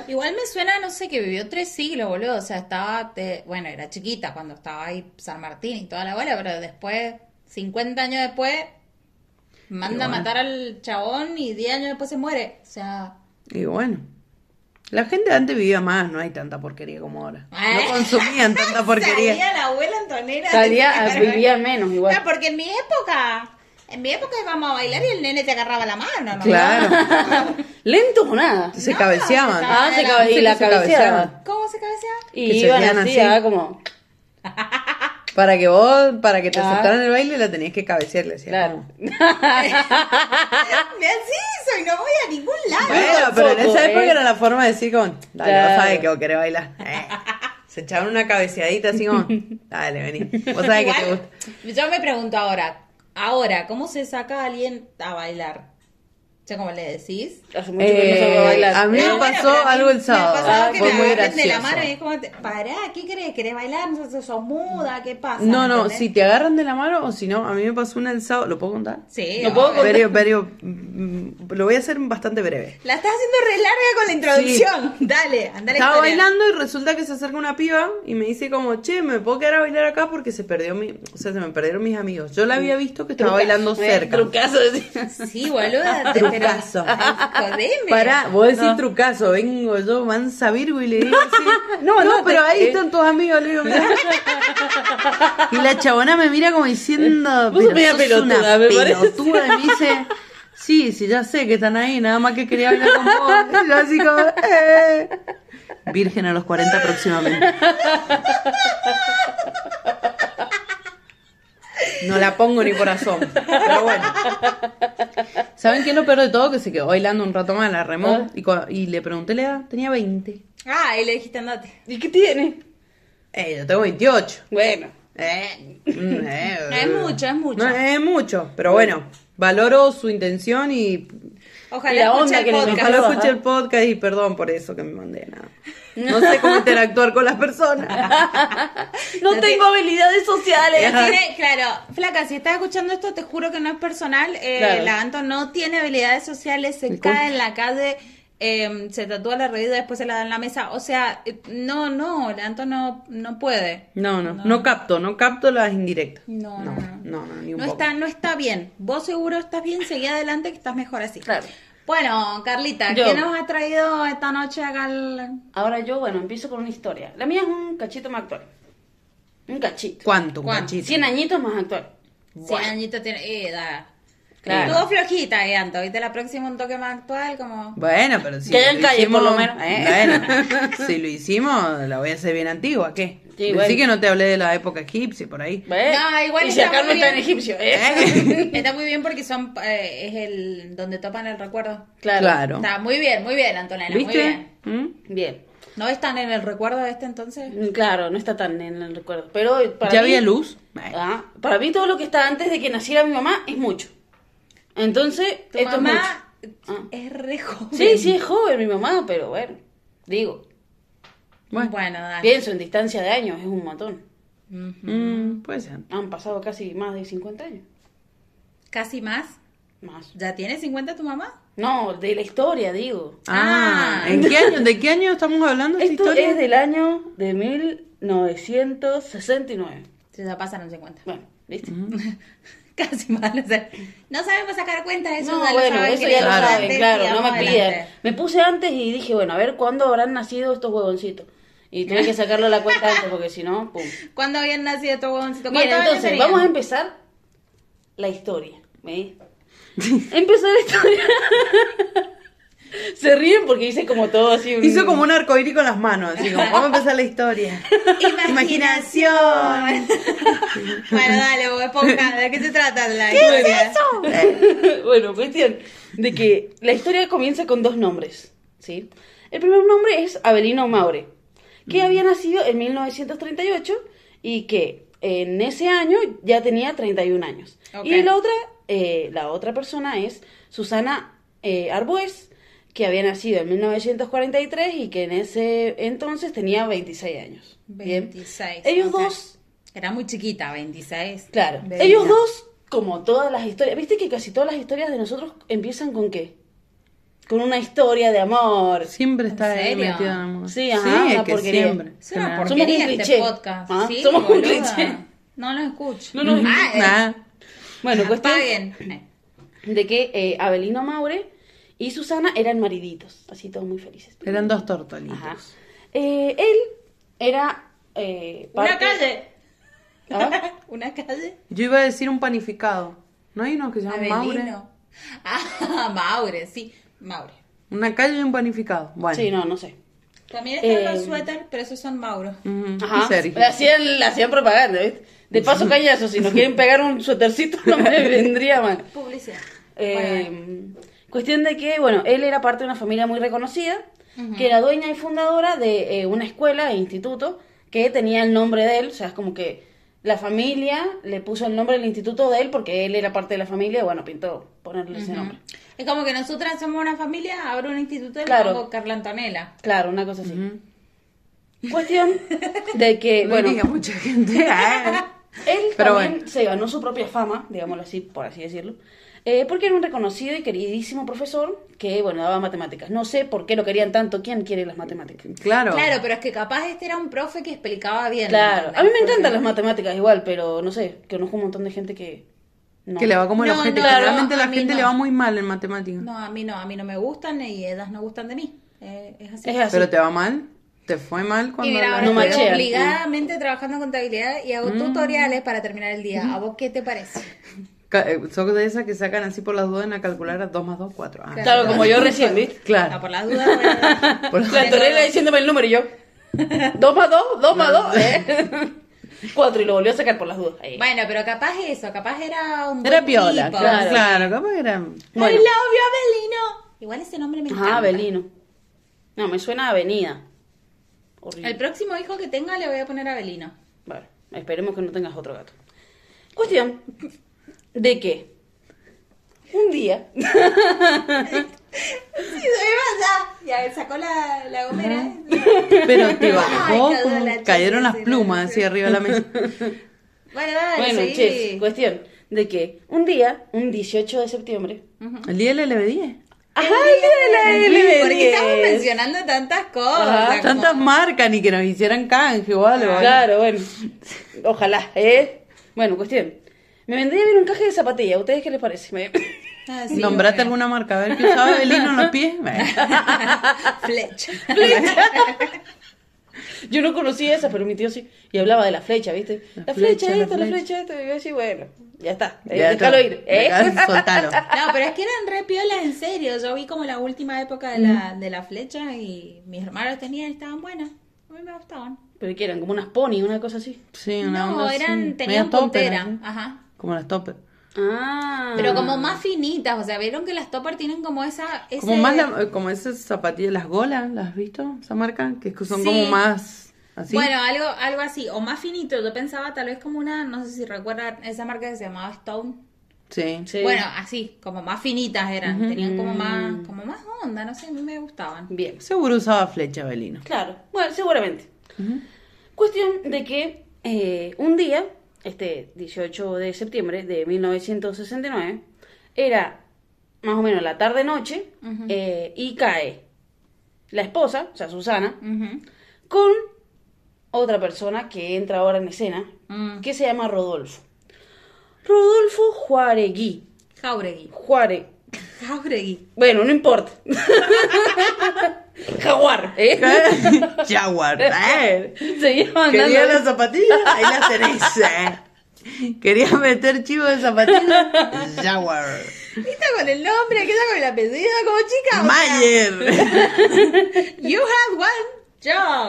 Speaker 1: Igual me suena, no sé, que vivió tres siglos, boludo. O sea, estaba. te- Bueno, era chiquita cuando estaba ahí San Martín y toda la bola, pero después, 50 años después, manda a matar al chabón y 10 años después se muere. O sea.
Speaker 2: Y bueno. La gente antes vivía más, no hay tanta porquería como ahora.
Speaker 1: Eh.
Speaker 2: No consumían tanta porquería.
Speaker 1: Ah, Salía la abuela Antonera.
Speaker 3: Salía, ah, vivía menos igual.
Speaker 1: No, porque en mi época. En mi época íbamos a bailar y el nene te agarraba la mano, ¿no?
Speaker 2: Claro.
Speaker 3: Lento o nada.
Speaker 2: Se
Speaker 1: No,
Speaker 2: cabeceaban.
Speaker 1: se
Speaker 3: Ah, se
Speaker 1: la-
Speaker 3: cabe-
Speaker 2: Sí,
Speaker 3: y la
Speaker 2: se cabeceaban.
Speaker 3: cabeceaba.
Speaker 1: ¿Cómo se cabeceaba?
Speaker 3: Y
Speaker 2: Que se
Speaker 3: iban
Speaker 2: hacían
Speaker 3: así,
Speaker 2: así.
Speaker 3: ah, como...
Speaker 2: Para que vos, para que te
Speaker 3: Ah.
Speaker 2: aceptaran el baile, la tenías que cabecear, le decían.
Speaker 3: Claro.
Speaker 1: Me así y no voy a ningún lado.
Speaker 2: Bueno, pero en
Speaker 3: Tampoco,
Speaker 2: esa época
Speaker 3: ¿eh?
Speaker 2: era la forma de decir con, dale,
Speaker 3: Claro.
Speaker 2: vos sabés que vos querés bailar. Eh. Se echaban una cabeceadita así como, dale, vení. Vos sabés que te gusta.
Speaker 1: Igual, yo me pregunto ahora, ahora, ¿cómo se saca a alguien a bailar? Ya como le decís.
Speaker 3: Hace mucho que no salgo
Speaker 2: Eh,
Speaker 3: a bailar.
Speaker 2: a mí- me
Speaker 1: bueno,
Speaker 2: pasó
Speaker 1: pero a mí
Speaker 2: algo el
Speaker 1: me
Speaker 2: sábado,
Speaker 1: pasó
Speaker 2: ah,
Speaker 1: que
Speaker 2: fue
Speaker 1: me
Speaker 2: muy
Speaker 1: agarren de la
Speaker 2: gracioso.
Speaker 1: mano y es como, te- pará, ¿qué querés? ¿Querés bailar? ¿No sos, sos muda? ¿Qué pasa?
Speaker 2: No, no,
Speaker 1: ¿Entendés?
Speaker 2: si te agarran de la mano o si no, a mí me pasó una el sábado, ¿lo puedo contar?
Speaker 1: Sí,
Speaker 3: No puedo
Speaker 1: obvio.
Speaker 3: contar.
Speaker 2: Pero, pero, mm, lo voy a hacer bastante breve.
Speaker 1: La estás haciendo re larga con la introducción. Dale, andale.
Speaker 2: Estaba bailando y resulta que se acerca una piba y me dice como, che, ¿me puedo quedar a bailar acá? Porque se perdió mi, o sea, se me perdieron mis amigos. Yo la había visto que estaba bailando
Speaker 3: Eh,
Speaker 2: cerca.
Speaker 3: Trucazo. decía.
Speaker 1: Sí, boluda. te- pero,
Speaker 2: Trucazo.
Speaker 1: ay, jodeme.
Speaker 2: Pará, vos decís trucazo, vengo yo, mansa Virgo, y le digo así.
Speaker 3: No,
Speaker 2: no,
Speaker 3: no,
Speaker 2: pero
Speaker 3: te-
Speaker 2: ahí
Speaker 3: eh.
Speaker 2: están tus amigos, le digo, mirá. Y la chabona me mira como diciendo,
Speaker 5: Vos sos media pelotuda, me parece".
Speaker 2: pelotuda, y me dice, sí, sí, ya sé que están ahí, nada más que quería hablar con vos. Y yo así como, eh. Virgen a los 40 próximamente. No la pongo ni corazón. Pero bueno. ¿Saben qué es lo peor de todo? Que se quedó bailando un rato más, la
Speaker 5: Ah.
Speaker 2: remó. Y, cua- y le pregunté la edad, tenía 20.
Speaker 1: Ah, y le dijiste andate.
Speaker 3: ¿Y qué tiene?
Speaker 2: Eh, yo tengo 28.
Speaker 3: Bueno.
Speaker 2: Eh, mm, eh,
Speaker 1: No es mucho, es mucho.
Speaker 2: No, es mucho, pero bueno, valoro su intención y
Speaker 1: Ojalá
Speaker 3: Y la
Speaker 1: escuche
Speaker 3: onda
Speaker 1: el
Speaker 3: que le
Speaker 1: podcast.
Speaker 2: ojalá
Speaker 3: Ajá.
Speaker 2: escuche el podcast y perdón por eso que me mandé nada. No sé cómo interactuar con las personas.
Speaker 3: No tengo habilidades sociales.
Speaker 1: Tiene- claro, flaca, si estás escuchando esto, te juro que no es personal. Eh,
Speaker 3: Claro.
Speaker 1: La Anto no tiene habilidades sociales, se
Speaker 2: Disculpa.
Speaker 1: cae en la calle, eh, se tatúa la rodilla, después se la da en la mesa. O sea, eh, no, no, la Anto no, no puede.
Speaker 2: No, no, no, capto, no capto las indirectas.
Speaker 1: No, no, no.
Speaker 2: no, no, ni un
Speaker 1: No
Speaker 2: poco.
Speaker 1: está, no está bien. Vos seguro estás bien, seguí adelante que estás mejor así.
Speaker 3: Claro.
Speaker 1: Bueno, Carlita,
Speaker 3: Yo.
Speaker 1: ¿qué nos ha traído esta noche acá al...
Speaker 3: Ahora yo, bueno, empiezo con una historia. La mía es un cachito más actual. Un cachito.
Speaker 2: ¿Cuánto?
Speaker 1: ¿Cuánto?
Speaker 2: Cachito?
Speaker 3: 100 añitos más actual.
Speaker 1: Cien añitos tiene... Eh, da.
Speaker 3: Claro.
Speaker 1: Estuvo flojita, eh, Anto. Viste, la próxima un toque más actual, como...
Speaker 2: Bueno, pero si
Speaker 3: Que haya
Speaker 2: lo
Speaker 3: en calle, por lo
Speaker 2: hicimos-
Speaker 3: menos, ¿eh?
Speaker 2: Bueno, si lo hicimos, la voy a hacer bien antigua, ¿qué?
Speaker 3: Sí,
Speaker 2: Decí
Speaker 3: bueno.
Speaker 2: que no te hablé de la época egipcia por ahí.
Speaker 3: ¿Ves?
Speaker 1: No, igual
Speaker 3: ¿Eh? y si
Speaker 1: está
Speaker 3: acá
Speaker 1: muy
Speaker 3: no está en
Speaker 1: bien.
Speaker 3: egipcio. ¿eh?
Speaker 1: Está muy bien porque son eh, es el donde topan el recuerdo.
Speaker 3: Claro.
Speaker 2: Claro.
Speaker 1: Está muy bien, muy bien, Antonella, muy
Speaker 2: ¿Viste?
Speaker 1: bien.
Speaker 2: ¿Mm?
Speaker 3: Bien.
Speaker 1: ¿No están en el recuerdo de este entonces?
Speaker 3: Claro, no está tan en el recuerdo. Pero para
Speaker 2: ¿Ya
Speaker 3: mí-
Speaker 2: había luz?
Speaker 3: Ah, para mí todo lo que está antes de que naciera mi mamá es mucho. Entonces,
Speaker 1: Tu
Speaker 3: esto
Speaker 1: mamá
Speaker 3: es mucho. Ah.
Speaker 1: es re joven.
Speaker 3: Sí, sí, es joven mi mamá, pero bueno. Digo,
Speaker 1: Bueno, dale.
Speaker 3: pienso en distancia de años, es un montón.
Speaker 2: Mm, puede ser.
Speaker 3: Han pasado casi más de 50 años.
Speaker 1: Casi más.
Speaker 3: Más.
Speaker 1: ¿Ya tiene 50 tu mamá?
Speaker 3: No, de la historia, digo.
Speaker 2: Ah,
Speaker 1: Ah.
Speaker 2: ¿en qué año, ¿de qué año estamos hablando? esta
Speaker 3: Esto
Speaker 2: historia?
Speaker 3: es del año de 1969.
Speaker 1: Sí, Ya pasaron 50.
Speaker 3: Bueno, ¿viste?
Speaker 1: Casi más. o sea, no sabemos sacar cuentas, eso
Speaker 3: No,
Speaker 1: ya lo
Speaker 3: bueno,
Speaker 1: saben
Speaker 3: eso
Speaker 1: queridos
Speaker 3: ya lo
Speaker 2: Claro.
Speaker 3: saben,
Speaker 1: oyentes,
Speaker 3: claro, no
Speaker 1: sigamos
Speaker 3: me piden.
Speaker 1: adelante.
Speaker 3: Me puse antes y dije, bueno, a ver cuándo habrán nacido estos huevoncitos. Y tuve que sacarlo a la cuenta antes porque si no, pum.
Speaker 1: ¿Cuándo habían nacido estos huevoncitos?
Speaker 3: Bien,
Speaker 1: ¿Cuántos años
Speaker 3: entonces,
Speaker 1: tenían?
Speaker 3: vamos a empezar la historia. ¿Veis? empezar la historia. Se ríen porque hice como todo así. un-
Speaker 2: Hizo como un arcoíris con las manos, así como, vamos a empezar la historia. Imaginación.
Speaker 1: bueno, dale, vos, esponja, ¿de qué se trata la historia?
Speaker 3: bueno, cuestión de que la historia comienza con dos nombres, ¿sí? El primer nombre es Abelino Maure,
Speaker 1: Mm.
Speaker 3: que había nacido en 1938 y que en ese año ya tenía 31 años.
Speaker 1: Ok.
Speaker 3: Y la otra, eh, la otra persona es Susana eh, Arbues, que había nacido en 1943 y que en ese entonces tenía 26 años. Bien.
Speaker 1: 26,
Speaker 3: Ellos
Speaker 1: ok.
Speaker 3: dos
Speaker 1: Era muy chiquita, 26.
Speaker 3: Claro.
Speaker 1: Bella.
Speaker 3: Ellos dos, como todas las historias, viste que casi todas las historias de nosotros empiezan con qué? Con una historia de amor.
Speaker 2: Siempre está
Speaker 1: ¿En
Speaker 2: ahí
Speaker 1: serio?
Speaker 2: metido en el amor.
Speaker 3: Sí, ajá,
Speaker 2: es
Speaker 3: una
Speaker 2: que
Speaker 3: porquería.
Speaker 2: siempre.
Speaker 1: Es una
Speaker 2: General.
Speaker 3: Ah, Somos un
Speaker 1: porquería este
Speaker 3: cliché.
Speaker 1: podcast.
Speaker 3: Ah,
Speaker 1: Sí,
Speaker 3: somos un
Speaker 1: boluda.
Speaker 3: cliché.
Speaker 1: No nos escucho.
Speaker 3: No nos
Speaker 1: Ah, eh, Ah,
Speaker 2: Nada.
Speaker 3: Bueno, cuestión
Speaker 1: Está bien.
Speaker 3: de que eh, Abelino Maure y Susana eran mariditos, así todos muy felices.
Speaker 2: Eran dos tortolitos.
Speaker 3: Ajá. Eh, él era eh,
Speaker 1: Una
Speaker 3: parte-
Speaker 1: calle.
Speaker 3: ¿Ah?
Speaker 1: Una calle.
Speaker 2: Yo iba a decir un panificado. ¿No hay uno que se llama Maure?
Speaker 1: Abelino. Ah, Maure, sí. Maure.
Speaker 2: Una calle y un panificado. Bueno.
Speaker 3: Sí, no, no sé.
Speaker 1: También están
Speaker 3: Eh,
Speaker 1: los suéter, pero esos son Mauro.
Speaker 2: Ujú.
Speaker 3: Ajá. Eh,
Speaker 2: Y Sergio.
Speaker 3: Le hacían, le hacían propaganda, ¿viste? De paso callazo, si nos quieren pegar un suétercito no me vendría mal.
Speaker 1: Publicidad.
Speaker 3: Eh, cuestión de que, bueno, él era parte de una familia muy reconocida, que era dueña y fundadora de eh, una escuela e instituto que tenía el nombre de él, o sea, es como que la familia le puso el nombre del instituto de él porque él era parte de la familia y bueno, pintó ponerle ese nombre.
Speaker 1: Es como que nosotras somos una familia, abro un instituto y le
Speaker 3: Claro.
Speaker 1: pongo Carla Antonella.
Speaker 3: Claro, una cosa así. Cuestión de que,
Speaker 2: No
Speaker 3: bueno,
Speaker 2: diga mucha gente. Ah.
Speaker 3: Él
Speaker 2: Pero
Speaker 3: también
Speaker 2: bueno.
Speaker 3: se ganó su propia fama, digámoslo así, por así decirlo, eh, porque era un reconocido y queridísimo profesor que, bueno, daba matemáticas. No sé por qué lo querían tanto. ¿Quién quiere las matemáticas?
Speaker 2: Claro.
Speaker 1: Claro, pero es que capaz este era un profe que explicaba bien.
Speaker 3: Claro.
Speaker 1: ¿entendés?
Speaker 3: A mí me encantan las matemáticas igual, pero no sé, conozco un montón de gente que... No.
Speaker 2: Que le va como el
Speaker 1: No,
Speaker 2: ojete.
Speaker 1: no,
Speaker 2: Generalmente
Speaker 1: no, a
Speaker 2: la
Speaker 1: mí
Speaker 2: gente
Speaker 1: no.
Speaker 2: le va muy mal en matemáticas.
Speaker 1: No, a mí no, a mí no me gustan y ellas no gustan de mí. Eh, es así.
Speaker 3: Es así.
Speaker 2: Pero te va mal. Te fue mal cuando.
Speaker 1: Y mira,
Speaker 2: la-
Speaker 1: ahora
Speaker 3: No
Speaker 1: estoy
Speaker 3: machean. Mm.
Speaker 1: obligadamente trabajando en contabilidad y hago tutoriales para terminar el día. ¿A vos qué te parece?
Speaker 2: Ca- eh, Son de esas que sacan así por las dudas en la calculadora 2 más 2, 4.
Speaker 3: Claro, como yo recién, ¿viste?
Speaker 1: Ah,
Speaker 2: Claro.
Speaker 1: por las dudas. bueno.
Speaker 2: Por-
Speaker 3: La torera diciéndome el número y yo... Dos más dos, dos más dos, ¿eh? Cuatro, y lo volvió a sacar por las dudas. Ahí.
Speaker 1: Bueno, pero capaz eso, capaz era un.
Speaker 2: Era
Speaker 1: buen
Speaker 2: piola,
Speaker 1: tipo.
Speaker 2: claro. Claro, capaz que era.
Speaker 1: I
Speaker 3: Bueno.
Speaker 1: love you, Abelino. Igual ese nombre
Speaker 2: Ah,
Speaker 1: me encanta.
Speaker 3: Ajá, Ah, Belino. No, me suena a Avenida. Horrible.
Speaker 1: El próximo hijo que tenga le voy a poner Abelino.
Speaker 3: Bueno, esperemos que no tengas otro gato. Cuestión de que un día,
Speaker 1: Sí, soy ya. Ya sacó la, la gomera.
Speaker 2: Pero te bajó,
Speaker 1: Ay, cayó
Speaker 2: como
Speaker 1: la chica,
Speaker 2: cayeron las
Speaker 1: sí, la
Speaker 2: plumas así
Speaker 1: chica.
Speaker 2: arriba de la mesa.
Speaker 1: Bueno, dale,
Speaker 3: bueno,
Speaker 1: seguí.
Speaker 3: che,
Speaker 2: pues,
Speaker 3: cuestión de que un día, un 18 de septiembre,
Speaker 2: ¿El día del LB10?
Speaker 3: ajá, el día de la LB10.
Speaker 1: Porque estamos mencionando tantas cosas.
Speaker 3: Ajá,
Speaker 1: como-
Speaker 2: Ah, Tantas marcas ni que nos hicieran canje o algo. ¿eh?
Speaker 3: Claro, bueno, ojalá, ¿eh? Bueno, cuestión, me vendría bien un caje de zapatillas, ¿a ustedes qué les parece? Me-
Speaker 1: Ah, sí,
Speaker 2: Nombrate
Speaker 1: obvio.
Speaker 2: alguna marca, a ver qué usaba Belino en los pies. Bueno,
Speaker 1: Flecha.
Speaker 3: Yo no conocía esa, pero mi tío sí, y hablaba de la flecha, ¿viste?
Speaker 2: La
Speaker 3: La,
Speaker 2: flecha,
Speaker 3: flecha,
Speaker 2: la
Speaker 3: esto, la
Speaker 2: flecha.
Speaker 3: flecha, esto, y yo así, bueno, ya está, eh,
Speaker 2: ya
Speaker 3: déjalo
Speaker 2: está.
Speaker 3: ir, ¿eh?
Speaker 2: Acá, Soltalo.
Speaker 1: No, pero es que eran re piolas, en serio. Yo vi como la última época de la, de la flecha y mis hermanos tenían, estaban buenas. A mí me gustaban.
Speaker 3: Pero que eran como unas pony, una cosa así.
Speaker 2: Sí, una
Speaker 1: No,
Speaker 2: onda así,
Speaker 1: eran,
Speaker 2: medio
Speaker 1: tenían
Speaker 2: topper,
Speaker 1: puntera.
Speaker 2: así,
Speaker 1: Ajá.
Speaker 2: Como las topper.
Speaker 3: Ah.
Speaker 1: Pero como más finitas, o sea, vieron que las topper tienen como esa. Ese...
Speaker 2: Como más la- eh, como esas zapatillas, las golas, ¿las has visto? Esa marca, que es que son
Speaker 1: Sí.
Speaker 2: como más así.
Speaker 1: Bueno, algo, algo así, o más finito. Yo pensaba tal vez como una, no sé si recuerdan esa marca que se llamaba Stone.
Speaker 2: sí.
Speaker 3: Sí.
Speaker 1: Bueno, así, como más finitas eran, tenían como más, como más onda, no sé, a mí me gustaban.
Speaker 3: Bien.
Speaker 2: Seguro usaba flecha Belino.
Speaker 3: Claro. Bueno, seguramente. Cuestión de que eh, un día, este 18 de septiembre de 1969, era más o menos la tarde-noche, eh, y cae la esposa, o sea, Susana, con otra persona que entra ahora en escena,
Speaker 1: Mm.
Speaker 3: que se llama Rodolfo. Rodolfo Juaregui.
Speaker 4: Jauregui.
Speaker 3: Juare.
Speaker 4: Jauregui.
Speaker 3: Bueno, no importa. Jaguar, ¿eh?
Speaker 2: Jaguar. ¿eh?
Speaker 3: Seguimos andando.
Speaker 2: Quería las zapatillas, ahí las tenés. eh. Quería meter chivo de zapatillas, Jaguar.
Speaker 1: Está con el nombre, aquí está con el apellido, como chica. o sea,
Speaker 2: Mayer.
Speaker 1: you had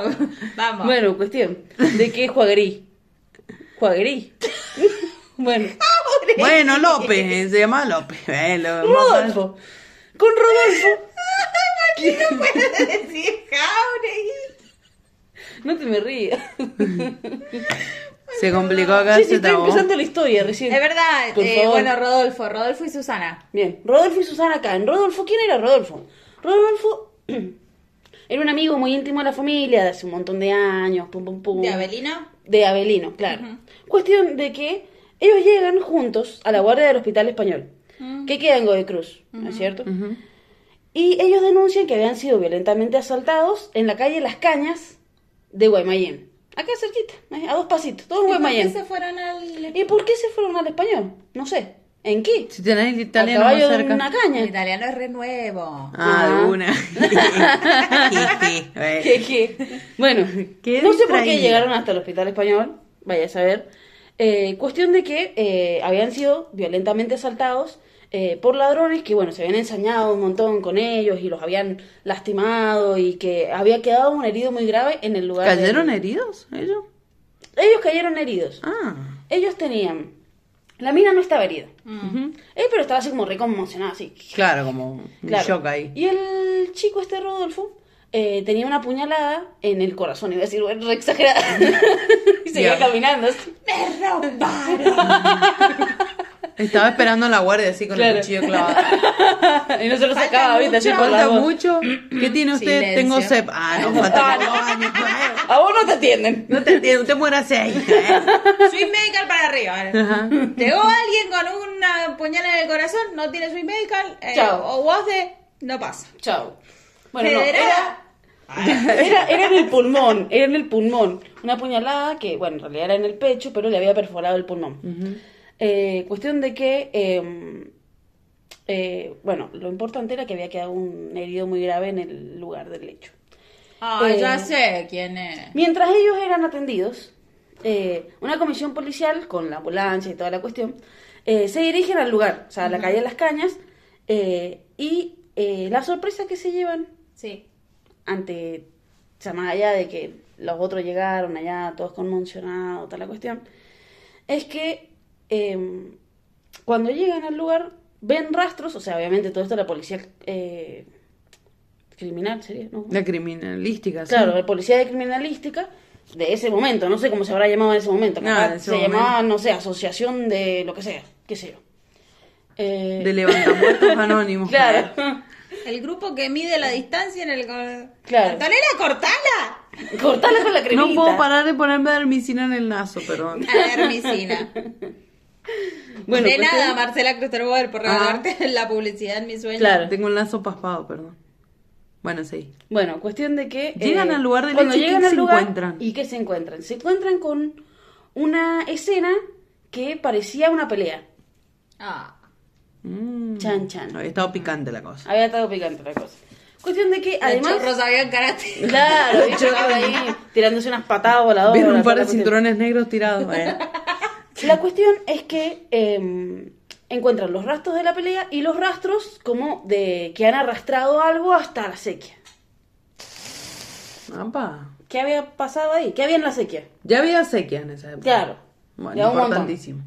Speaker 1: one job. Vamos.
Speaker 3: Bueno, cuestión. ¿De qué Juaguerí? Juaguerí. bueno.
Speaker 2: Bueno, López, eh, se llama López. eh, lo-
Speaker 3: Rodolfo. Con Rodolfo.
Speaker 1: no puedes decir Jauregui.
Speaker 3: No te me rías.
Speaker 2: Se complicó acá,
Speaker 3: Sí, sí,
Speaker 2: se
Speaker 3: estoy
Speaker 2: trabó.
Speaker 3: empezando la historia recién.
Speaker 1: Es verdad,
Speaker 3: Por
Speaker 1: eh,
Speaker 3: favor.
Speaker 1: bueno, Rodolfo, Rodolfo y Susana.
Speaker 3: Bien, Rodolfo y Susana acá. En Rodolfo, ¿quién era Rodolfo? Rodolfo era un amigo muy íntimo de la familia de hace un montón de años. Pum, pum,
Speaker 1: Uh.
Speaker 3: pum.
Speaker 4: ¿De Abelina?
Speaker 3: De Abelino, claro. Cuestión de que ellos llegan juntos a la guardia del Hospital Español, que queda en Godoy Cruz, ¿no es cierto? Y ellos denuncian que habían sido violentamente asaltados en la calle Las Cañas de Guaymallén. Acá cerquita, ¿eh? a dos pasitos, todo en Guaymallén.
Speaker 4: se fueron al...
Speaker 3: ¿Y por qué se fueron al Español? No sé. ¿En qué?
Speaker 2: Si tenés el
Speaker 3: A
Speaker 2: italiano más
Speaker 3: caballo de
Speaker 2: cerca.
Speaker 3: una
Speaker 1: El
Speaker 3: caña.
Speaker 1: italiano es re nuevo.
Speaker 2: Ah, de
Speaker 3: Ah.
Speaker 2: una. Jeje, eh.
Speaker 3: ¿Qué, qué? Bueno,
Speaker 2: Qué
Speaker 3: no sé por qué
Speaker 2: distraída.
Speaker 3: llegaron hasta el hospital español, vaya a saber. Eh, cuestión de que eh, habían sido violentamente asaltados eh, por ladrones que, bueno, se habían ensañado un montón con ellos y los habían lastimado y que había quedado un herido muy grave en el lugar. del-
Speaker 2: ¿Cayeron heridos ellos?
Speaker 3: Ellos cayeron heridos.
Speaker 2: Ah.
Speaker 3: Ellos tenían... La mina no estaba herida.
Speaker 2: Ujú.
Speaker 3: Él pero estaba así como re conmocionado, así.
Speaker 2: Claro, como un
Speaker 3: Claro.
Speaker 2: shock ahí.
Speaker 3: Y el chico este Rodolfo eh, tenía una puñalada en el corazón, iba a decir, bueno, re exagerada. y
Speaker 2: Ya.
Speaker 3: seguía caminando. así.
Speaker 2: Estaba esperando a la guardia así con
Speaker 3: Claro.
Speaker 2: el cuchillo clavado.
Speaker 3: y no se lo sacaba, ¿viste? Así por la
Speaker 2: ¿Falta
Speaker 3: voz.
Speaker 2: mucho? ¿Qué tiene usted?
Speaker 1: Silencio.
Speaker 2: Tengo sep. Ah, no, falta como dos años. eh.
Speaker 3: A vos no te atienden.
Speaker 2: No te entiendo, usted muérase ahí.
Speaker 1: Swiss Medical para arriba. ahora.
Speaker 2: Ajá.
Speaker 1: Llegó alguien con una puñal en el corazón, no tiene Swiss Medical. eh,
Speaker 3: Chao.
Speaker 1: O vos de. No pasa.
Speaker 3: Chao. Bueno, no,
Speaker 1: Federal.
Speaker 3: era, era, era en el pulmón, era en el pulmón. Una puñalada que, bueno, en realidad era en el pecho, pero le había perforado el pulmón.
Speaker 2: Mm.
Speaker 3: Eh, cuestión de que, eh, eh, bueno, lo importante era que había quedado un herido muy grave en el lugar del hecho.
Speaker 1: Ah,
Speaker 3: Eh.
Speaker 1: ya sé quién es.
Speaker 3: Mientras ellos eran atendidos, eh, una comisión policial con la ambulancia y toda la cuestión eh, se dirigen al lugar, o sea, a la calle Las Cañas, eh, y eh, la sorpresa que se llevan
Speaker 1: Sí.
Speaker 3: ante, o sea, más allá de que los otros llegaron allá todos conmocionados, toda la cuestión, es que eh, cuando llegan al lugar ven rastros, o sea, obviamente todo esto la policía eh, criminal sería, ¿no?
Speaker 2: La criminalística, sí.
Speaker 3: Claro, la policía de criminalística de ese momento, no sé cómo se habrá llamado en ese momento.
Speaker 2: No,
Speaker 3: capaz
Speaker 2: en ese
Speaker 3: se
Speaker 2: momento.
Speaker 3: llamaba, no sé, asociación de lo que sea, qué sé yo. Eh,
Speaker 2: De levantamuertos anónimos. pues.
Speaker 3: Claro.
Speaker 1: El grupo que mide la distancia en el. co-
Speaker 3: Claro.
Speaker 1: Antonella, cortala.
Speaker 3: Cortala con la cremita.
Speaker 2: No puedo parar de ponerme dermicina en el nazo, perdón.
Speaker 1: A la hermicina.
Speaker 3: Bueno,
Speaker 1: de
Speaker 3: pues,
Speaker 1: nada, Marcela Crosterboer, por
Speaker 2: Ah.
Speaker 1: regalarte la publicidad en mi sueño.
Speaker 3: Claro.
Speaker 2: Tengo un lazo paspado, perdón. Bueno, sí.
Speaker 3: Bueno, cuestión de que... eh,
Speaker 2: Llegan al lugar del
Speaker 3: cuando
Speaker 2: hecho, ¿y
Speaker 3: llegan
Speaker 2: qué
Speaker 3: al
Speaker 2: se
Speaker 3: lugar,
Speaker 2: encuentran?
Speaker 3: ¿Y qué se encuentran? Se encuentran con una escena que parecía una pelea.
Speaker 1: Ah.
Speaker 2: Mm.
Speaker 3: Chan, chan.
Speaker 2: Había estado picante la cosa.
Speaker 3: Había estado picante la cosa. Cuestión de que,
Speaker 1: Además,
Speaker 3: además...
Speaker 1: los chorros sabían karate.
Speaker 3: Claro, estaba ahí tirándose unas patadas voladoras.
Speaker 2: Vieron un par
Speaker 3: toda
Speaker 2: de
Speaker 3: la cuestión.
Speaker 2: cinturones negros tirados. eh.
Speaker 3: La cuestión es que eh, encuentran los rastros de la pelea y los rastros como de que han arrastrado algo hasta la sequía.
Speaker 2: Apa.
Speaker 3: ¿Qué había pasado ahí? ¿Qué había en la sequía?
Speaker 2: Ya había sequía en esa época.
Speaker 3: Claro. Ya
Speaker 2: Bueno,
Speaker 3: un montón.
Speaker 2: importantísimo.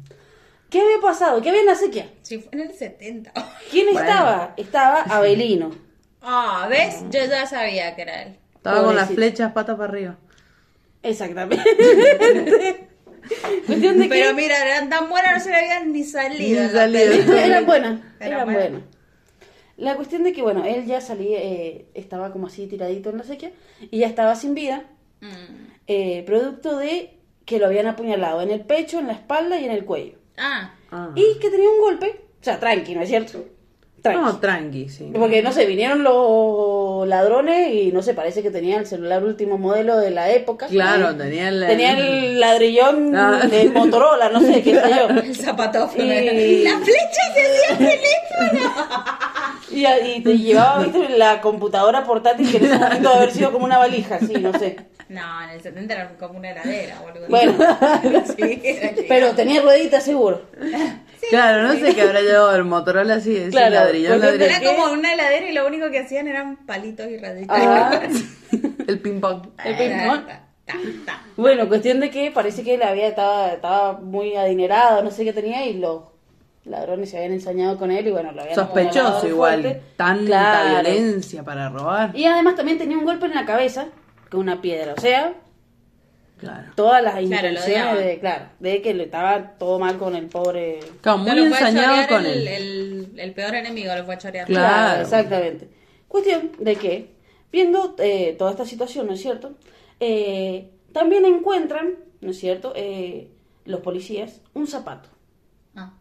Speaker 3: ¿Qué había pasado? ¿Qué había en la sequía?
Speaker 1: Si fue en el 70.
Speaker 3: ¿Quién
Speaker 2: Bueno.
Speaker 3: estaba? Estaba Abelino.
Speaker 1: Ah, ¿ves? Yo ya sabía que era él.
Speaker 2: Estaba con las
Speaker 3: Pobrecito.
Speaker 2: flechas patas para arriba.
Speaker 3: Exactamente. cuestión de
Speaker 1: Pero
Speaker 3: que
Speaker 1: mira, eran tan buenas, no se le habían ni salido.
Speaker 2: Ni
Speaker 1: en la Mm.
Speaker 2: salido.
Speaker 1: peli.
Speaker 3: eran buenas.
Speaker 1: Era
Speaker 3: Eran
Speaker 1: buena.
Speaker 3: buenas. La cuestión de que, bueno, él ya salía, eh, estaba como así tiradito en la sequía y ya estaba sin vida.
Speaker 1: Mm.
Speaker 3: eh, producto de que lo habían apuñalado en el pecho, en la espalda y en el cuello.
Speaker 1: Ah,
Speaker 2: Ah.
Speaker 3: Y que tenía un golpe, o sea, tranqui, ¿no es cierto? Tranqui.
Speaker 2: No, tranqui, sí.
Speaker 3: Porque no sé, vinieron los ladrones y no sé, parece que tenía el celular último modelo de la época.
Speaker 2: Claro,
Speaker 3: ¿no?
Speaker 2: tenía el...
Speaker 3: Tenía el ladrillón
Speaker 2: Ah.
Speaker 3: de Motorola, no sé, qué sé yo.
Speaker 1: el zapatófono.
Speaker 3: Y-
Speaker 1: La flecha se dio el teléfono.
Speaker 3: Y, y te llevaba, viste, la computadora portátil que en ese momento debe haber sido como una valija, sí, no sé.
Speaker 1: No, en el 70 era como una heladera, boludo.
Speaker 3: Bueno,
Speaker 1: sí, era que-
Speaker 3: pero tenía rueditas seguro.
Speaker 2: Claro, no sé qué habrá llevado el Motorola así, ese
Speaker 3: Claro,
Speaker 2: ladrillo,
Speaker 3: porque
Speaker 2: ladrillo.
Speaker 1: Era como una heladera y lo único que hacían eran palitos y raditos.
Speaker 3: Ajá.
Speaker 2: Ah, El ping-pong.
Speaker 3: el ping-pong.
Speaker 1: Ta, ta, ta.
Speaker 3: Bueno, cuestión de que parece que la vida estaba, estaba muy adinerada, no sé qué tenía, y los ladrones se habían ensañado con él y bueno, lo habían
Speaker 2: Sospechoso
Speaker 3: apuñalado
Speaker 2: igual.
Speaker 3: fuerte.
Speaker 2: Tanta
Speaker 3: Claro.
Speaker 2: violencia para robar.
Speaker 3: Y además también tenía un golpe en la cabeza con una piedra, o sea,
Speaker 2: Claro.
Speaker 3: todas las
Speaker 1: Claro, lo
Speaker 3: intenciones
Speaker 1: odiaban.
Speaker 3: de, claro, de que le estaba todo mal con el pobre.
Speaker 2: Claro, muy
Speaker 1: Lo fue a
Speaker 2: ensañado
Speaker 1: chorear
Speaker 2: con
Speaker 1: el,
Speaker 2: él.
Speaker 1: el- el peor enemigo, lo fue a chorear.
Speaker 2: Claro.
Speaker 3: exactamente. Cuestión de que, viendo eh, toda esta situación, ¿no es cierto? Eh, también encuentran, ¿no es cierto?, Eh, los policías, un zapato.
Speaker 1: Ah.